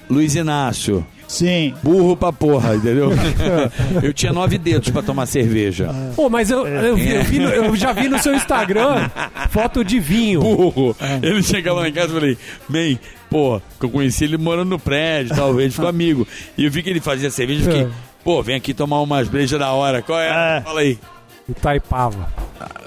Luiz Inácio.
Sim.
Burro pra porra, entendeu? eu tinha nove dedos pra tomar cerveja.
Pô, mas eu,
É.
eu, vi- eu vi no- eu já vi no seu
<laughs>
Instagram foto de vinho.
Burro. Ele chegava lá em casa e falei, bem, pô, que eu conheci ele morando no prédio, talvez, ficou amigo. E eu vi que ele fazia cerveja e fiquei,
É.
pô, vem aqui tomar umas brejas da hora. Qual é?
É.
Fala aí.
Itaipava.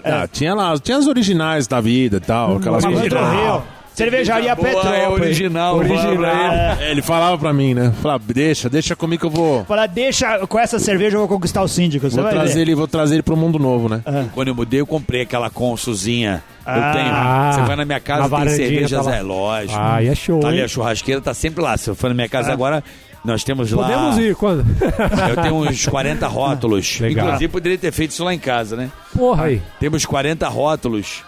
É. Ah, tinha lá, tinha as originais da vida e tal. Aquelas
Mas
coisas. Ah,
do Rio. Cervejaria
boa, é
Petrol.
original,
Original.
fala pra ele.
É, ele falava pra mim, né? Falava, deixa, deixa comigo que eu vou,
Fala, deixa, com essa cerveja eu vou conquistar o síndico. Você
vou
vai ver.
trazer ele, vou trazer ele pro mundo novo, né?
Quando eu mudei, eu comprei aquela consulzinha.
Ah.
eu tenho. Você vai na minha casa,
Na
tem
varandinha
cerveja
tá lá.
Zé Lógico.
Ah, e é show.
Tá ali
hein? É.
a churrasqueira, tá sempre lá. Se eu for na minha casa agora, nós temos lá.
Podemos ir quando? <laughs>
Eu tenho uns 40 rótulos.
Legal.
Inclusive, poderia ter feito isso lá em casa, né?
Porra aí.
Temos 40 rótulos.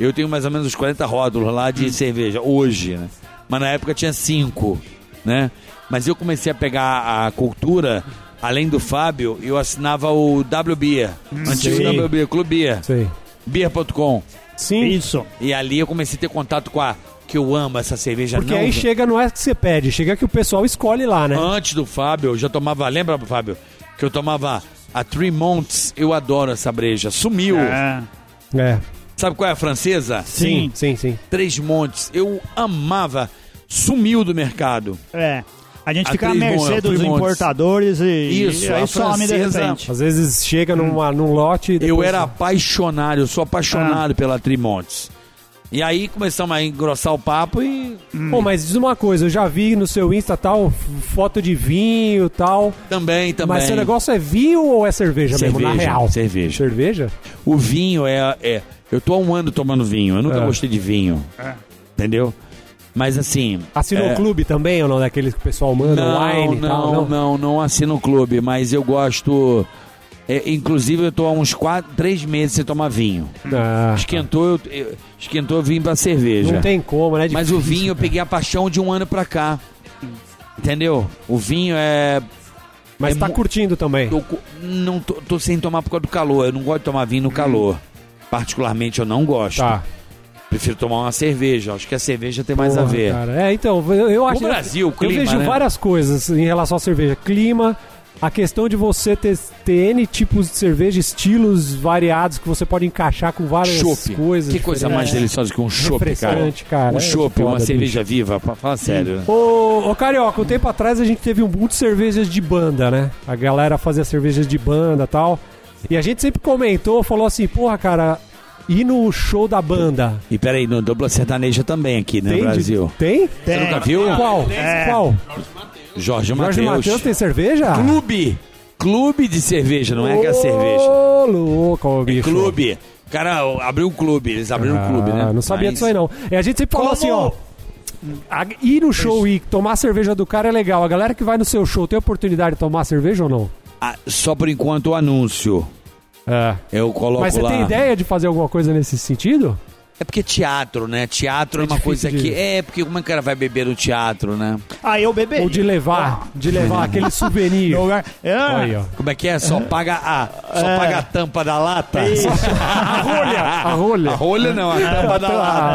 Eu tenho mais ou menos uns 40 rótulos lá
Hum.
de cerveja, hoje, né? Mas na época tinha 5, né? Mas eu comecei a pegar a cultura, além do Fábio, eu assinava o W Beer, antigo
Hum, Sim.
W Beer, Clube Beer,
Sei.
beer.com.
Sim.
Isso.
E ali eu comecei a ter contato com a que eu amo essa cerveja
Porque
não,
aí
gente.
chega, não é que você pede, chega que o pessoal escolhe lá, né?
Antes do Fábio, eu já tomava, lembra, Fábio, que eu tomava a Three Months, eu adoro essa breja. Sumiu.
É.
Ah.
É.
Sabe qual é a francesa?
Sim.
Sim, sim.
Três Montes. Eu amava. Sumiu do mercado.
É. A gente
A
fica à
Três
mercê
Mon-
dos
Três Montes.
importadores e,
Isso,
e aí
a
some de
francesa-
repente.
Às vezes chega numa, num lote e
Hum. Eu
depois- Ah.
era apaixonado, eu sou apaixonado pela Trimontes. E aí começamos a engrossar o papo e
Pô, mas diz uma coisa, eu já vi no seu Insta tal, f- foto de vinho e tal.
também, também.
Mas seu negócio é vinho ou é cerveja, mesmo, na real?
Cerveja.
Cerveja?
O vinho é, é. Eu tô há um ano tomando vinho, eu nunca
É.
gostei de vinho. Entendeu? Mas assim.
Assinou
é,
o clube também ou não? Daqueles que o pessoal manda
Não,
online e
não,
tal?
não, não, assino o clube, mas eu gosto. é, inclusive, eu tô há uns quatro, três meses sem tomar vinho.
Ah,
Esquentou, eu, eu, esquentou, eu vim pra cerveja.
não tem como, né?
Mas o vinho eu peguei a paixão de um ano pra cá. Entendeu? O vinho é.
Mas
é
tá
mu-
curtindo também.
eu co- não tô, tô sem tomar por causa do calor. Eu não gosto de tomar vinho no calor. Particularmente eu não gosto.
Tá.
Prefiro tomar uma cerveja. Acho que a cerveja tem mais a
Porra,
ver.
cara. É, então, eu, eu acho.
O Brasil, o clima,
eu vejo
né?
várias coisas em relação à cerveja. Clima, a questão de você ter, ter N tipos de cerveja, estilos variados que você pode encaixar com várias
Chope.
coisas.
Que coisa mais
diferentes.
deliciosa que um chope, cara.
Refrescante, cara.
Um
É
chope,
foda,
uma
bicho.
cerveja viva. Pa- Fala sério.
Ô, ô, Carioca, um tempo atrás a gente teve um boom de cervejas de banda, né? A galera fazia cervejas de banda e tal. E a gente sempre comentou, falou assim, porra, cara, ir no show da banda.
E peraí, no dupla sertaneja também aqui, né,
Tem? de-
Brasil?
Tem?
Você
Tem.
nunca viu?
Qual?
É.
Qual? Jorge
Jorge Matheus.
Matheus tem Ah. cerveja?
Clube. Clube de cerveja, não é que é cerveja. É
Ô, louco, ô, bicho.
Clube. Cara, o- abriu um clube, eles abriram um clube, né?
Ah, Não sabia
Mas-
disso aí, não. E a gente sempre falou assim, ó. a- ir no show e tomar a cerveja do cara é legal. A galera que vai no seu show tem oportunidade de tomar cerveja ou não?
Ah, só por enquanto o anúncio.
É.
Eu coloco
Mas você
lá.
tem ideia de fazer alguma coisa nesse sentido?
É porque teatro, né? Teatro é,
É
uma coisa
difícil de-
que. É, porque como é que o cara vai beber no teatro, né?
Aí eu beberia.
Ou de levar, de levar aquele souvenir.
No lugar. É.
Aí, ó.
Como é que é? Só paga a. Só
É.
paga a tampa da lata?
A rolha, <laughs> a
A
rolha.
rolha não, a tampa da lata.
<laughs>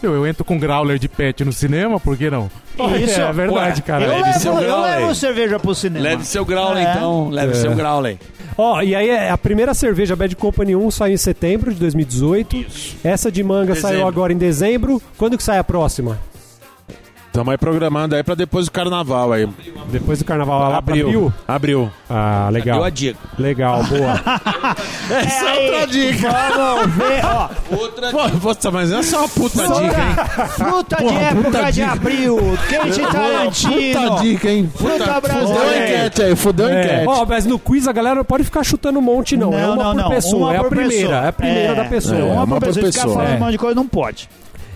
Ah,
Eu, eu entro com growler de pet no cinema, por que não?
é.
Isso.
é verdade,
Ué,
cara.
eu
Leve seu
levo, eu
grau,
levo
velho.
cerveja pro cinema.
Leve seu grau,
É.
então. Leve seu grau, Lei.
Ó, e aí é, a primeira cerveja Bad Company 1 saiu em setembro de 2018. Essa de manga saiu
Dezembro.
agora em dezembro. Quando que sai a próxima?
Tamo aí Então programando aí pra depois do carnaval aí.
Depois do carnaval lá pra
Abril.
abril?
Abril.
Ah,
Deu
legal.
a dica.
Legal,
<laughs>
boa.
Essa é outra dica. Vamos ver, ó.
Outra
Pô, Nossa, mas essa é uma puta dica, hein?
Fruta, fruta Tá de
Porra,
época
puta
de
dica.
abril. Quente Tarantino.
Puta Tá dica, hein?
Fruta
Fudeu a
brasileira.
enquete aí, fudeu a
É.
enquete.
Ó, mas no quiz a galera não pode ficar chutando um monte, não. é
Não,
uma
não,
por
não.
pessoa.
Uma
é a
por
primeira.
pessoa.
É a primeira
É.
da pessoa.
É.
Uma pessoa,
uma por
ficar
pessoa,
falando
é.
um monte de coisa não pode.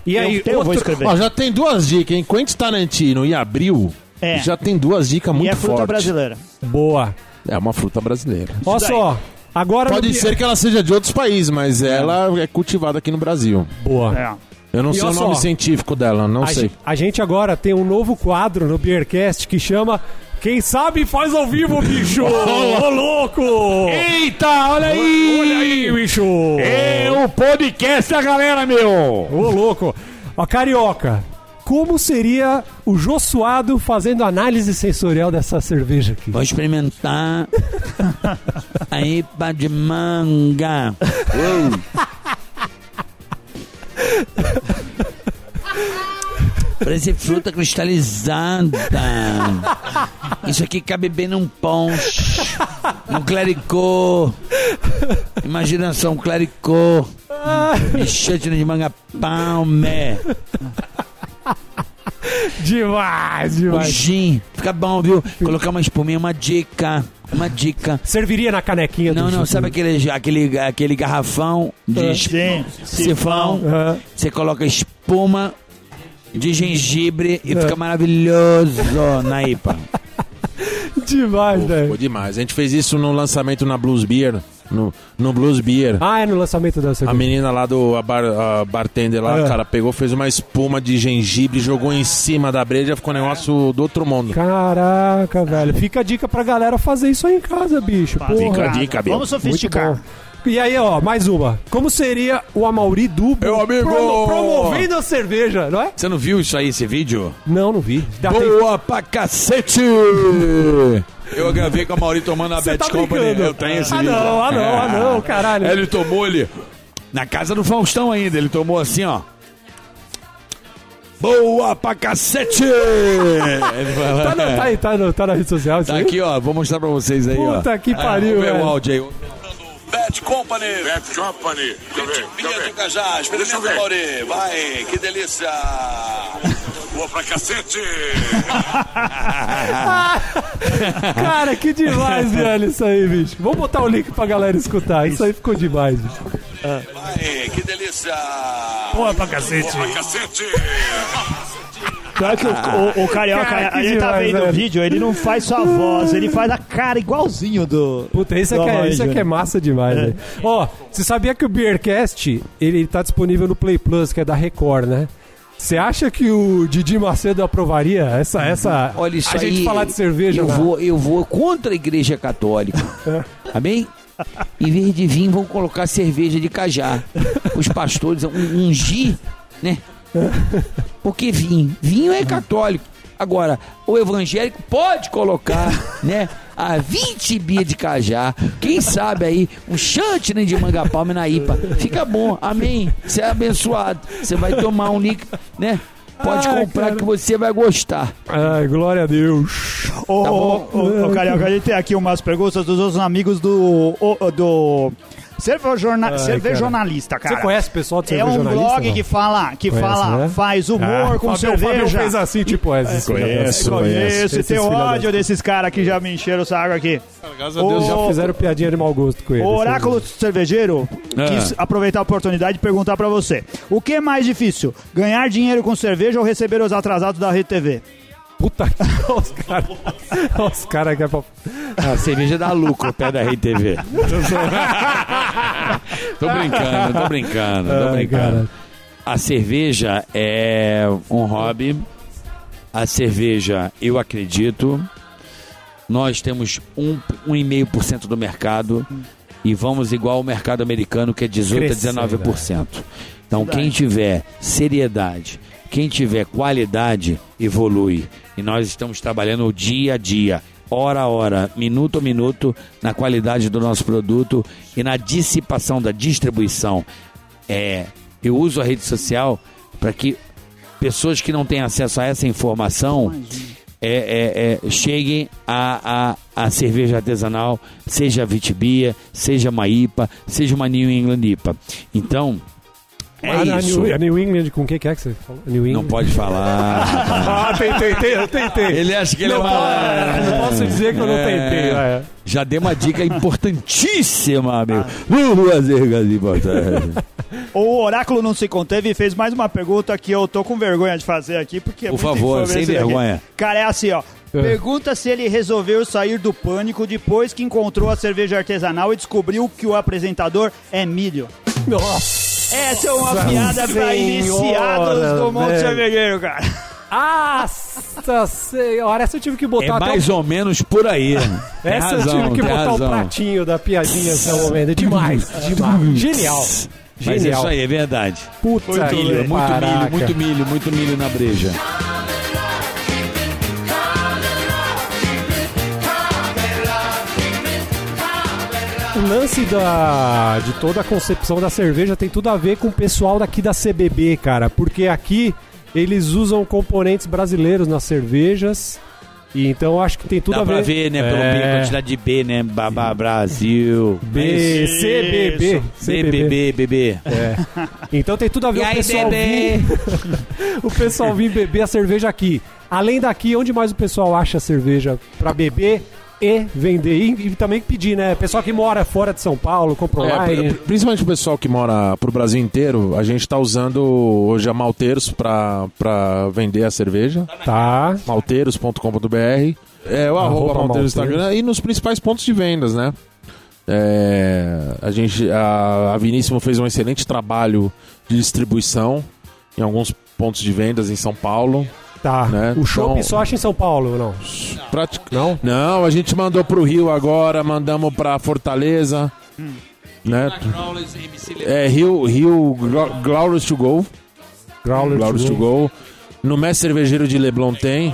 E aí,
eu, eu vou
outra-
escrever.
Ó, já tem duas dicas, hein? Quentin Tarantino e Abril.
É.
Já tem duas dicas
e
muito
é fruta
fortes.
brasileira.
Boa.
É uma fruta brasileira.
Ó
daí.
só, agora... no
Pode
bi-
ser que ela seja de outros países, mas ela é cultivada aqui no Brasil.
Boa.
É.
Eu não
E
sei o
olha
nome
só.
científico dela, não
A,
sei.
gen- a gente agora tem um novo quadro no Beercast que chama Quem Sabe Faz Ao Vivo,
<laughs>
bicho! Ô, louco!
Eita,
Olha
olha
aí, bicho!
É o podcast da galera, meu!
Ô, louco! Ó, Carioca, como seria o Jô Suado fazendo análise sensorial dessa cerveja aqui?
Vou experimentar a IPA de manga. Uou. Parece fruta cristalizada. Isso aqui cabe bem num ponche, num clericô. Imaginação, um clericô. Bichete de manga palmé.
Demais,
O
demais.
gin. Fica bom, viu? Colocar uma espuminha, uma dica. Uma dica.
Serviria na canequinha
Não,
do
não,
Jujuba.
sabe aquele, aquele, aquele garrafão de esp-
Sim,
sifão?
Aham.
Você coloca espuma de gengibre e fica maravilhoso na IPA.
Demais, velho.
Pô, demais. A gente fez isso no lançamento na Blues Beer. No, no Blues Beer.
Ah, é no lançamento da
A
cerveja.
menina lá do a bar- a bartender lá,
Ah.
cara, pegou, fez uma espuma de gengibre, jogou em cima da breja, ficou um negócio do outro mundo.
Caraca, velho. Fica a dica pra galera fazer isso aí em casa, bicho. um Porra.
Fica a dica, Biel.
Vamos
Muito
sofisticar.
bom. E aí, ó, mais uma. Como seria o Amauri Dubo
Meu amigo!
promo- promovendo a cerveja, não é? Tá,
Você não viu isso aí, esse vídeo?
Não, não vi. Dá tempo.
Boa pra cacete! Eu gravei com a Mauri tomando a
Você
Bet
tá
Company.
brincando.
Eu tenho esse É.
ah,
vídeo.
não, ah, não, ah, não, caralho.
Ele tomou ele. Na casa do Faustão ainda, ele tomou assim, ó. Boa pra cacete! Ele falou,
Tá, na- tá aí, tá, no- tá na rede social isso
Tá
aí?
aqui, ó. Vou mostrar pra vocês aí, ó.
Puta que
Ah,
pariu,
vamos ver
velho.
o áudio aí.
Bet Company,
Pet Company. Também,
Vinhedo
também.
Cajá,
Deixa eu
experimenta
ver.
Mauri, vai, que delícia!
Boa pra cacete.
Cara, que
<laughs>
demais, velho, isso aí, bicho. Vamos botar o link pra galera escutar. Isso aí ficou demais, bicho.
Vai, que delícia!
Boa pra cacete.
Pra cacete.
Pior que o, o, o Carioca,
Ah. Cara, que
a gente tá
demais,
vendo o
velho.
vídeo, ele não faz só a voz, ele faz a cara igualzinho do.
Puta, isso é,
do
que é,
Amaury
isso é que é
Júnior.
massa demais, velho. Ó, você sabia que o Beercast, ele tá disponível no Play Plus, que é da Record, né? Você acha que o Didi Macedo aprovaria essa... essa
Olha isso
a gente
aí,
falar de cerveja,
Eu
né? É.
vou, eu vou contra a igreja católica. Amém? Em vez de vinho, vão colocar cerveja de cajá. Os pastores vão ungir, né? Porque vinho. Vinho é católico. Agora, o evangélico pode colocar, né? A 20 bia de cajá. Quem sabe aí, um chutney de manga palma na IPA. Fica bom, amém. Você é abençoado. Você vai tomar um líquido, né? Pode
Ai,
comprar
cara.
que você vai gostar.
Ai, glória a Deus.
Ô,
Tá
ô,
bom.
ô, ô, Carioca, a gente tem aqui umas perguntas dos outros amigos do. o- do Cervejorna...
Ai,
Cervejornalista,
Você
cara.
conhece o pessoal de
É
cerveja
um
jornalista,
blog
não?
que fala, que
Conhece,
fala,
né?
faz humor
Ah,
com
Fabio- Fabio
cerveja.
fez assim, tipo, esses filha da-
Conheço,
Conheço,
esses
tem um
filha da-
ódio desses caras que já me encheram o saco aqui.
Graças a
Ô,
Deus.
Já
Ô,
fizeram piadinha de mau gosto com né? ele.
O Oráculo Cervejeiro
É.
quis aproveitar a oportunidade e perguntar pra você: o que é mais difícil, ganhar dinheiro com cerveja ou receber os atrasados da Rede TV?
Puta que <laughs> Olha os caras. Olha Os caras que é pra...
A cerveja dá lucro, pé da Rede TV. <laughs> tô brincando, tô brincando, tô
Ai,
brincando.
cara.
A cerveja é um hobby. A cerveja, eu acredito. Nós temos 1,5% um, e meio por cento do mercado e vamos igual ao mercado americano, que é 18%
Crescendo,
a 19%. Então, quem tiver seriedade, quem tiver qualidade, evolui. E nós estamos trabalhando dia a dia, hora a hora, minuto a minuto, na qualidade do nosso produto e na dissipação da distribuição. É, eu uso a rede social para que pessoas que não têm acesso a essa informação é, é, é, cheguem a, a, a cerveja artesanal, seja a Vitibia, seja uma IPA, seja uma New England IPA. Então, é
Ah, não, a
isso.
New, a New England, com quem que é que você falou? New England.
Não pode
<laughs>
falar.
Ah, tentei, tentei, eu tentei.
Ele acha que ele é
não,
uma...
po- não posso dizer que eu não
É.
tentei. vai.
Já dei uma dica importantíssima, amigo.
Ah.
é Vamos fazer coisa importante.
O Oráculo não se conteve e fez mais uma pergunta que eu tô com vergonha de fazer aqui, porque. é
Por
muita
favor,
informação
sem
isso daqui.
vergonha.
Cara, é assim, ó.
É.
Pergunta se ele resolveu sair do pânico depois que encontrou a cerveja artesanal e descobriu que o apresentador é milho.
Nossa.
Essa é uma piada pra
Senhora,
iniciados do Monte
velho.
Cervejeiro, cara.
Nossa senhora, essa eu tive que
É
botar até o- É,
mais ou menos por aí. Tem
Essa eu
razão,
tive que
tem
botar
razão.
o pratinho da piadinha até o momento. É Demais, demais. Genial.
Mas é
Genial.
isso aí, é verdade.
Puta
Milho,
que
muito
caraca.
milho, muito milho, muito milho na breja.
O lance da, de toda a concepção da cerveja tem tudo a ver com o pessoal daqui da CBB, cara. Porque aqui eles usam componentes brasileiros nas cervejas E então eu acho que tem tudo
Dá
a ver.
pra ver, né? Pelo
É.
B, quantidade de B, né? Babá, Brasil. É
B, C, B, B. C, B, B.
BBB, BB.
Então tem tudo a ver
E
o
aí,
pessoal
bebê?
vir, o pessoal vir beber a cerveja aqui. Além daqui, onde mais o pessoal acha cerveja pra beber e vender e, e também pedir, né? Pessoal que mora fora de São Paulo, compra
É,
online.
pri- principalmente o pessoal que mora pro Brasil inteiro, a gente tá usando hoje a Malteiros pra, pra vender a cerveja.
Tá.
malteiros.com.br. É o arroba,
Arroba
malteiros no Instagram
Malteiros.
e nos principais pontos de vendas, né? É, a gente, a, a Viníssimo fez um excelente trabalho de distribuição em alguns pontos de vendas em São Paulo.
Tá.
Né?
O shopping
Então-
só acha em São Paulo, não?
Pratic-
Não?
Não, a gente mandou pro Rio agora, mandamos pra Fortaleza, né? É Rio, Rio Glo- Glorious to Go,
Growler
Glorious to Go. No Mestre Cervejeiro de Leblon tem,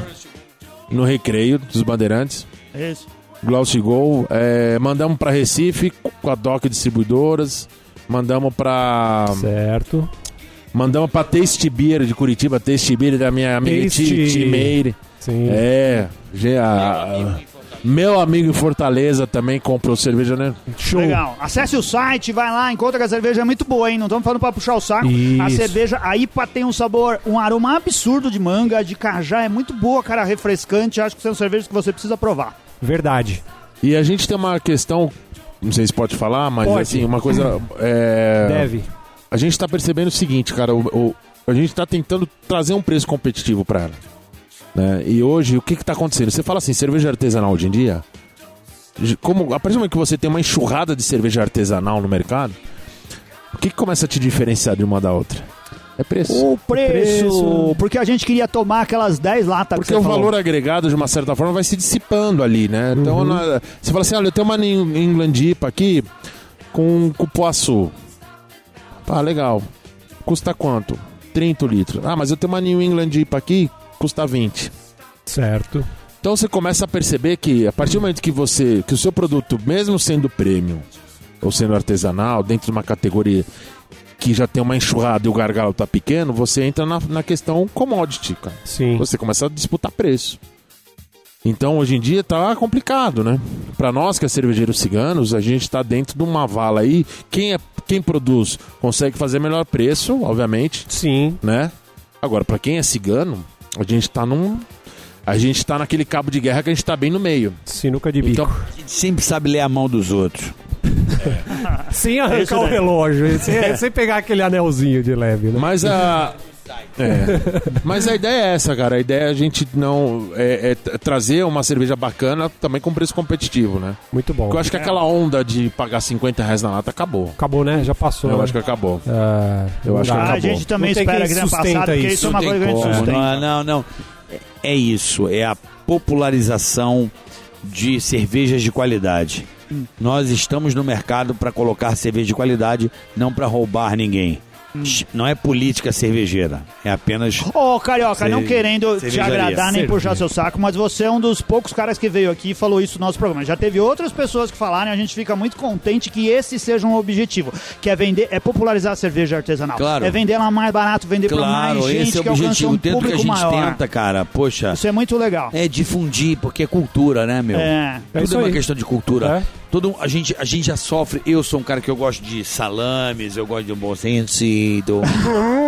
no Recreio dos Bandeirantes.
É isso.
Glaucio Gol. É, mandamos para Recife com a Doc Distribuidoras. Mandamos para
Certo.
mandamos para Taste Beer de Curitiba, Taste Beer da minha amiga
Taste-
Ti- Ti Meire.
Sim.
É, ge- a- meu amigo em Fortaleza também comprou cerveja, né?
Show.
Legal. Acesse o site, vai lá, encontra que a cerveja é muito boa, hein? Não estamos falando pra puxar o saco. A
Isso.
cerveja, a IPA tem um sabor, um aroma absurdo de manga, de cajá, é muito boa, cara, refrescante. Acho que são cervejas que você precisa provar.
Verdade.
E a gente tem uma questão, não sei se pode falar, mas
Pode.
assim, uma coisa é,
Deve.
a gente tá percebendo o seguinte, cara, o- o- a gente tá tentando trazer um preço competitivo pra ela. né? E hoje, o que que tá acontecendo? Você fala assim, cerveja artesanal hoje em dia, j- como, a partir do momento que você tem uma enxurrada de cerveja artesanal no mercado, o que que começa a te diferenciar de uma da outra? É preço.
O preço,
preço.
porque a gente queria tomar aquelas 10 latas
Porque
é que você
o
falou. Uhum.
valor agregado, de uma certa forma, vai se dissipando ali, né? Então, na- você fala assim, olha, eu tenho uma New England IPA aqui com um cupuaçu. Tá, legal. Custa quanto? 30 litros. Ah, mas eu tenho uma New England IPA aqui, custa 20.
Certo.
Então você começa a perceber que a partir do momento que você, que o seu produto, mesmo sendo premium ou sendo artesanal, dentro de uma categoria que já tem uma enxurrada e o gargalo tá pequeno, você entra na, na questão commodity, cara
Sim.
você começa a disputar preço. Então, hoje em dia tá complicado, né? Para nós que é cervejeiros ciganos, a gente tá dentro de uma vala aí. Quem é quem produz consegue fazer melhor preço, obviamente,
Sim.
né? Agora, para quem é cigano, a gente tá num a gente tá naquele cabo de guerra que a gente tá bem no meio.
Sinuca de bico.
Então,
A gente sempre sabe ler a mão dos outros.
é
sem arrancar
isso
o
daí.
relógio.
<laughs>
Sem, sem pegar aquele anelzinho de leve, né?
mas a é. Mas a ideia é essa, cara. A ideia é a gente não é- é t- trazer uma cerveja bacana também com preço competitivo, né?
Muito bom.
Porque eu acho que aquela onda de pagar 50 reais na lata acabou.
Acabou, né? Já passou.
Eu
né?
acho que acabou.
Ah,
Eu acho que
dá.
A
acabou.
gente também
Não tem
espera
quem
que tenha
sustenta
passado, porque
isso.
isso é uma
Não
coisa
tem
que a gente
como,
sustenta.
Não, não, não. É isso. É a popularização de cervejas de qualidade.
Hum.
Nós estamos no mercado para colocar cerveja de qualidade, não para roubar ninguém.
Hum.
Sh- Não é política cervejeira. É apenas.
Ô, Carioca, não
Cerve-
querendo te
cervejaria.
agradar nem
Cerveja.
puxar seu saco, mas você é um dos poucos caras que veio aqui e falou isso no nosso programa. Já teve outras pessoas que falaram e a gente fica muito contente que esse seja um objetivo, que é vender, é popularizar a cerveja artesanal.
Claro.
É vender ela mais barato, vender pra mais
Claro,
gente,
esse é o
que alcança
objetivo.
um
Tanto que a
público
gente
maior.
tenta, cara. Poxa,
Isso é muito legal.
é difundir, porque é cultura, né, meu?
É.
É
Tudo
isso
é uma
aí.
questão de cultura.
É.
Todo, um, a, gente, a gente já sofre. Eu sou um cara que eu gosto de salames, eu gosto de um
<laughs>
bom sentido,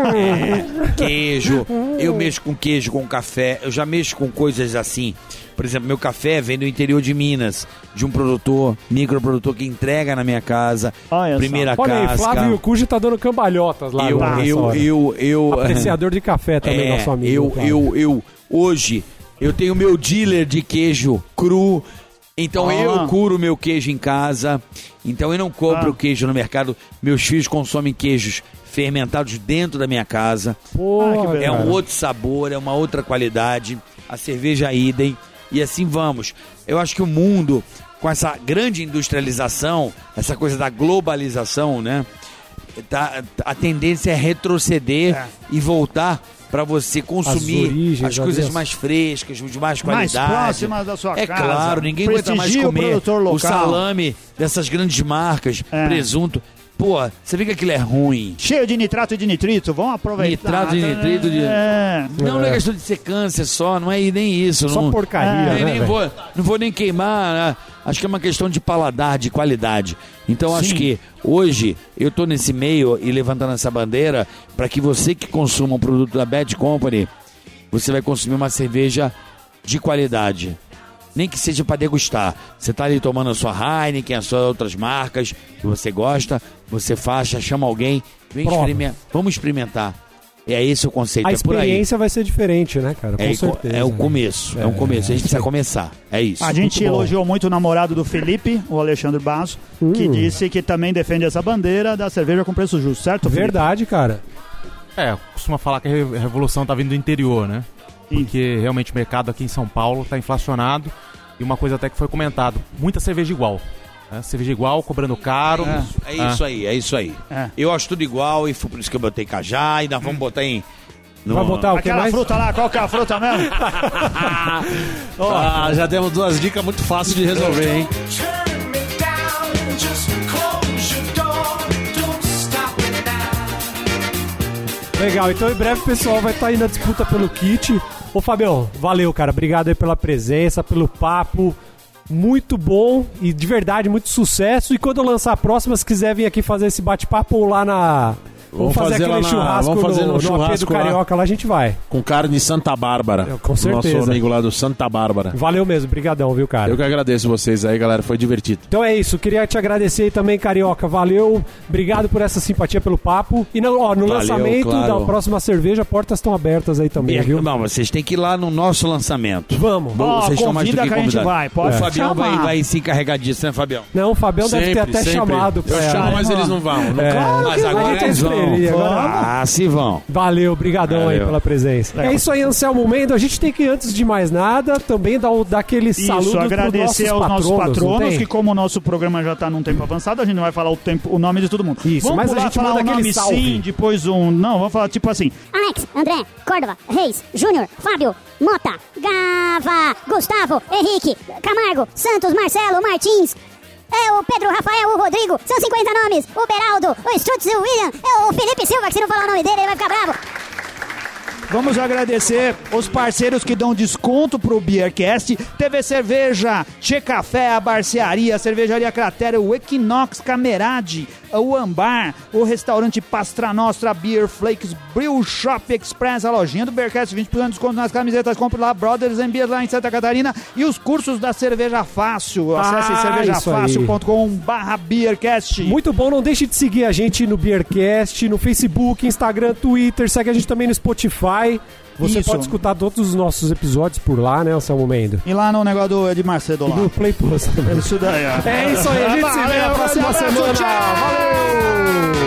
é, queijo. Eu mexo com queijo, com café. Eu já mexo com coisas assim. Por exemplo, meu café vem do interior de Minas, de um produtor, microprodutor que entrega na minha casa.
Olha só.
primeira
Olha aí,
casca.
Flávio Cujo tá dando cambalhotas lá
eu,
agora, nessa
eu,
hora.
eu, eu,
Apreciador de café também,
é,
nosso amigo.
Eu,
Flávio.
eu, eu, hoje, eu tenho meu dealer de queijo cru. Então
Ah.
eu curo meu queijo em casa. Então eu não compro
Ah.
queijo no mercado. Meus filhos consomem queijos fermentados dentro da minha casa.
Pô,
Ah, que
cara.
beleza.
É um outro sabor, é uma outra qualidade. A cerveja idem. E assim vamos. Eu acho que o mundo, com essa grande industrialização, essa coisa da globalização, né? tá- a tendência é retroceder
É.
e voltar pra você consumir as,
origens, as
coisas
dessas.
mais frescas, de mais
Mais
qualidade.
próximas da sua
é
casa.
claro, ninguém aguenta mais
Prestigia o
comer
produtor local.
salame dessas grandes marcas,
É.
presunto. Pô, você vê que aquilo é ruim.
Cheio de nitrato e de nitrito, vamos aproveitar.
Nitrato e nitrito de-
É.
Não, não é questão de ser câncer só, não é nem isso.
Só
não,
É,
porcaria,
nem,
né,
nem
velho?
vou, não vou nem queimar. né? Acho que é uma questão de paladar, de qualidade. Então acho que hoje eu tô nesse meio e levantando essa bandeira para que você que consuma um produto da Bad Company, você vai consumir uma cerveja de qualidade. Nem que seja para degustar. Você tá ali tomando a sua Heineken, as suas outras marcas que você gosta, você faixa, chama alguém, vem
Prova.
experimentar. Vamos experimentar. É esse o conceito.
A
é por aí.
experiência vai ser diferente, né, Ah, cara? Com
É,
certeza.
é o começo, é, um começo. A gente precisa começar. É isso.
A gente
bom.
elogiou muito o namorado do Felipe, o Alexandre Basso, que
Hum.
disse que também defende essa bandeira da cerveja com preço justo, certo? Felipe?
Verdade, cara.
É, costuma falar que a re- revolução tá vindo do interior, né?
Sim.
Porque realmente o mercado aqui em São Paulo tá inflacionado. E uma coisa até que foi comentado, muita cerveja igual. né? Cerveja igual, cobrando caro. Ah.
É,
Ah.
é isso aí, é isso aí.
É.
Eu acho tudo igual e foi por isso que eu botei cajá e nós vamos botar em. No...
Hum. Vai botar o que
Aquela
mais?
fruta lá, qual que é a fruta mesmo?
Ah, já demos duas dicas muito fáceis de resolver, hein?
Turn me down and just close your door. Don't stop me now.
Legal, então em breve o pessoal vai estar aí na disputa pelo kit. Ô Fabião, valeu, cara. Obrigado aí pela presença, pelo papo. Muito bom e de verdade, muito sucesso. E quando eu lançar a próxima, se quiser vir aqui fazer esse bate-papo ou lá na.
Vamos fazer lá na- vamos fazer
no, no
um
AP do
churrasco lá.
Carioca, lá a gente vai.
Com carne de Santa Bárbara.
Eu, com certeza.
Nosso amigo lá do Santa Bárbara.
Valeu mesmo, brigadão, viu, cara?
Eu que agradeço vocês aí, galera. Foi divertido.
Então é isso, queria te agradecer aí também, Carioca. Valeu, obrigado por essa simpatia, pelo papo. E não, ó, no
Valeu,
lançamento
claro.
da próxima cerveja, portas estão abertas aí também,
Mer-
viu?
É, Não, vocês têm que ir lá no nosso lançamento.
Vamos.
Ó,
Vocês estão mais do
convida
que
que a gente
convidados.
vai, pode
o Fabião vai,
chamar.
vai se encarregar disso, né, Fabião?
Não, o Fabião É. Então deve ter até chamado pra
Eu
ela.
chamo, mas eles não vão. Não
É.
Mas
que vai,
agora
tem
eles vão.
estrelinha, agora-
Ah, se vão.
Valeu, brigadão aí
Valeu.
pela presença. É isso aí, Anselmo Mendo. A gente tem que, antes de mais nada, também dar, o- dar aquele saludo
Isso,
pros
agradecer aos nossos
não
patronos,
tem?
que como o nosso programa já está num tempo avançado, a gente não vai falar o, tempo, o nome de todo mundo.
Isso,
vamos
mas a
pular,
gente
falar
manda
um
aquele
nome
salve.
sim, depois um... Não, vamos falar tipo assim,
Alex, André, Córdova, Reis, Júnior, Fábio, Mota, Gava, Gustavo, Henrique, Camargo, Santos, Marcelo, Martins. É o Pedro, Rafael, o Rodrigo, são 50 nomes. O Beraldo, o Strutz, o William, é o Felipe Silva, que se não falar o nome dele, ele vai ficar bravo.
Vamos agradecer os parceiros que dão desconto pro Beercast, TV Cerveja, Che Café, a Barcearia, a Cervejaria Cratera, o Equinox Camerade, o Ambar, o restaurante Pastra Nostra, Beer Flakes, Brew Shop Express, a lojinha do Beercast, 20% de desconto nas camisetas, compre lá, Brothers and Beer lá em Santa Catarina e os cursos da Cerveja Fácil. Acesse
Ah,
cervejafácil.com barra Beercast.
Muito bom, não deixe de seguir a gente no Beercast, no Facebook, Instagram, Twitter, segue a gente também no Spotify. Você
Isso.
pode escutar todos os nossos episódios por lá, né, Anselmo Mendo?
E lá no negócio do Edmar Cedo
E
lá.
no Play Plus também.
Isso daí, ó.
É isso aí, a gente se vê na
Valeu,
próxima
abraço,
semana.
tchau!
Valeu!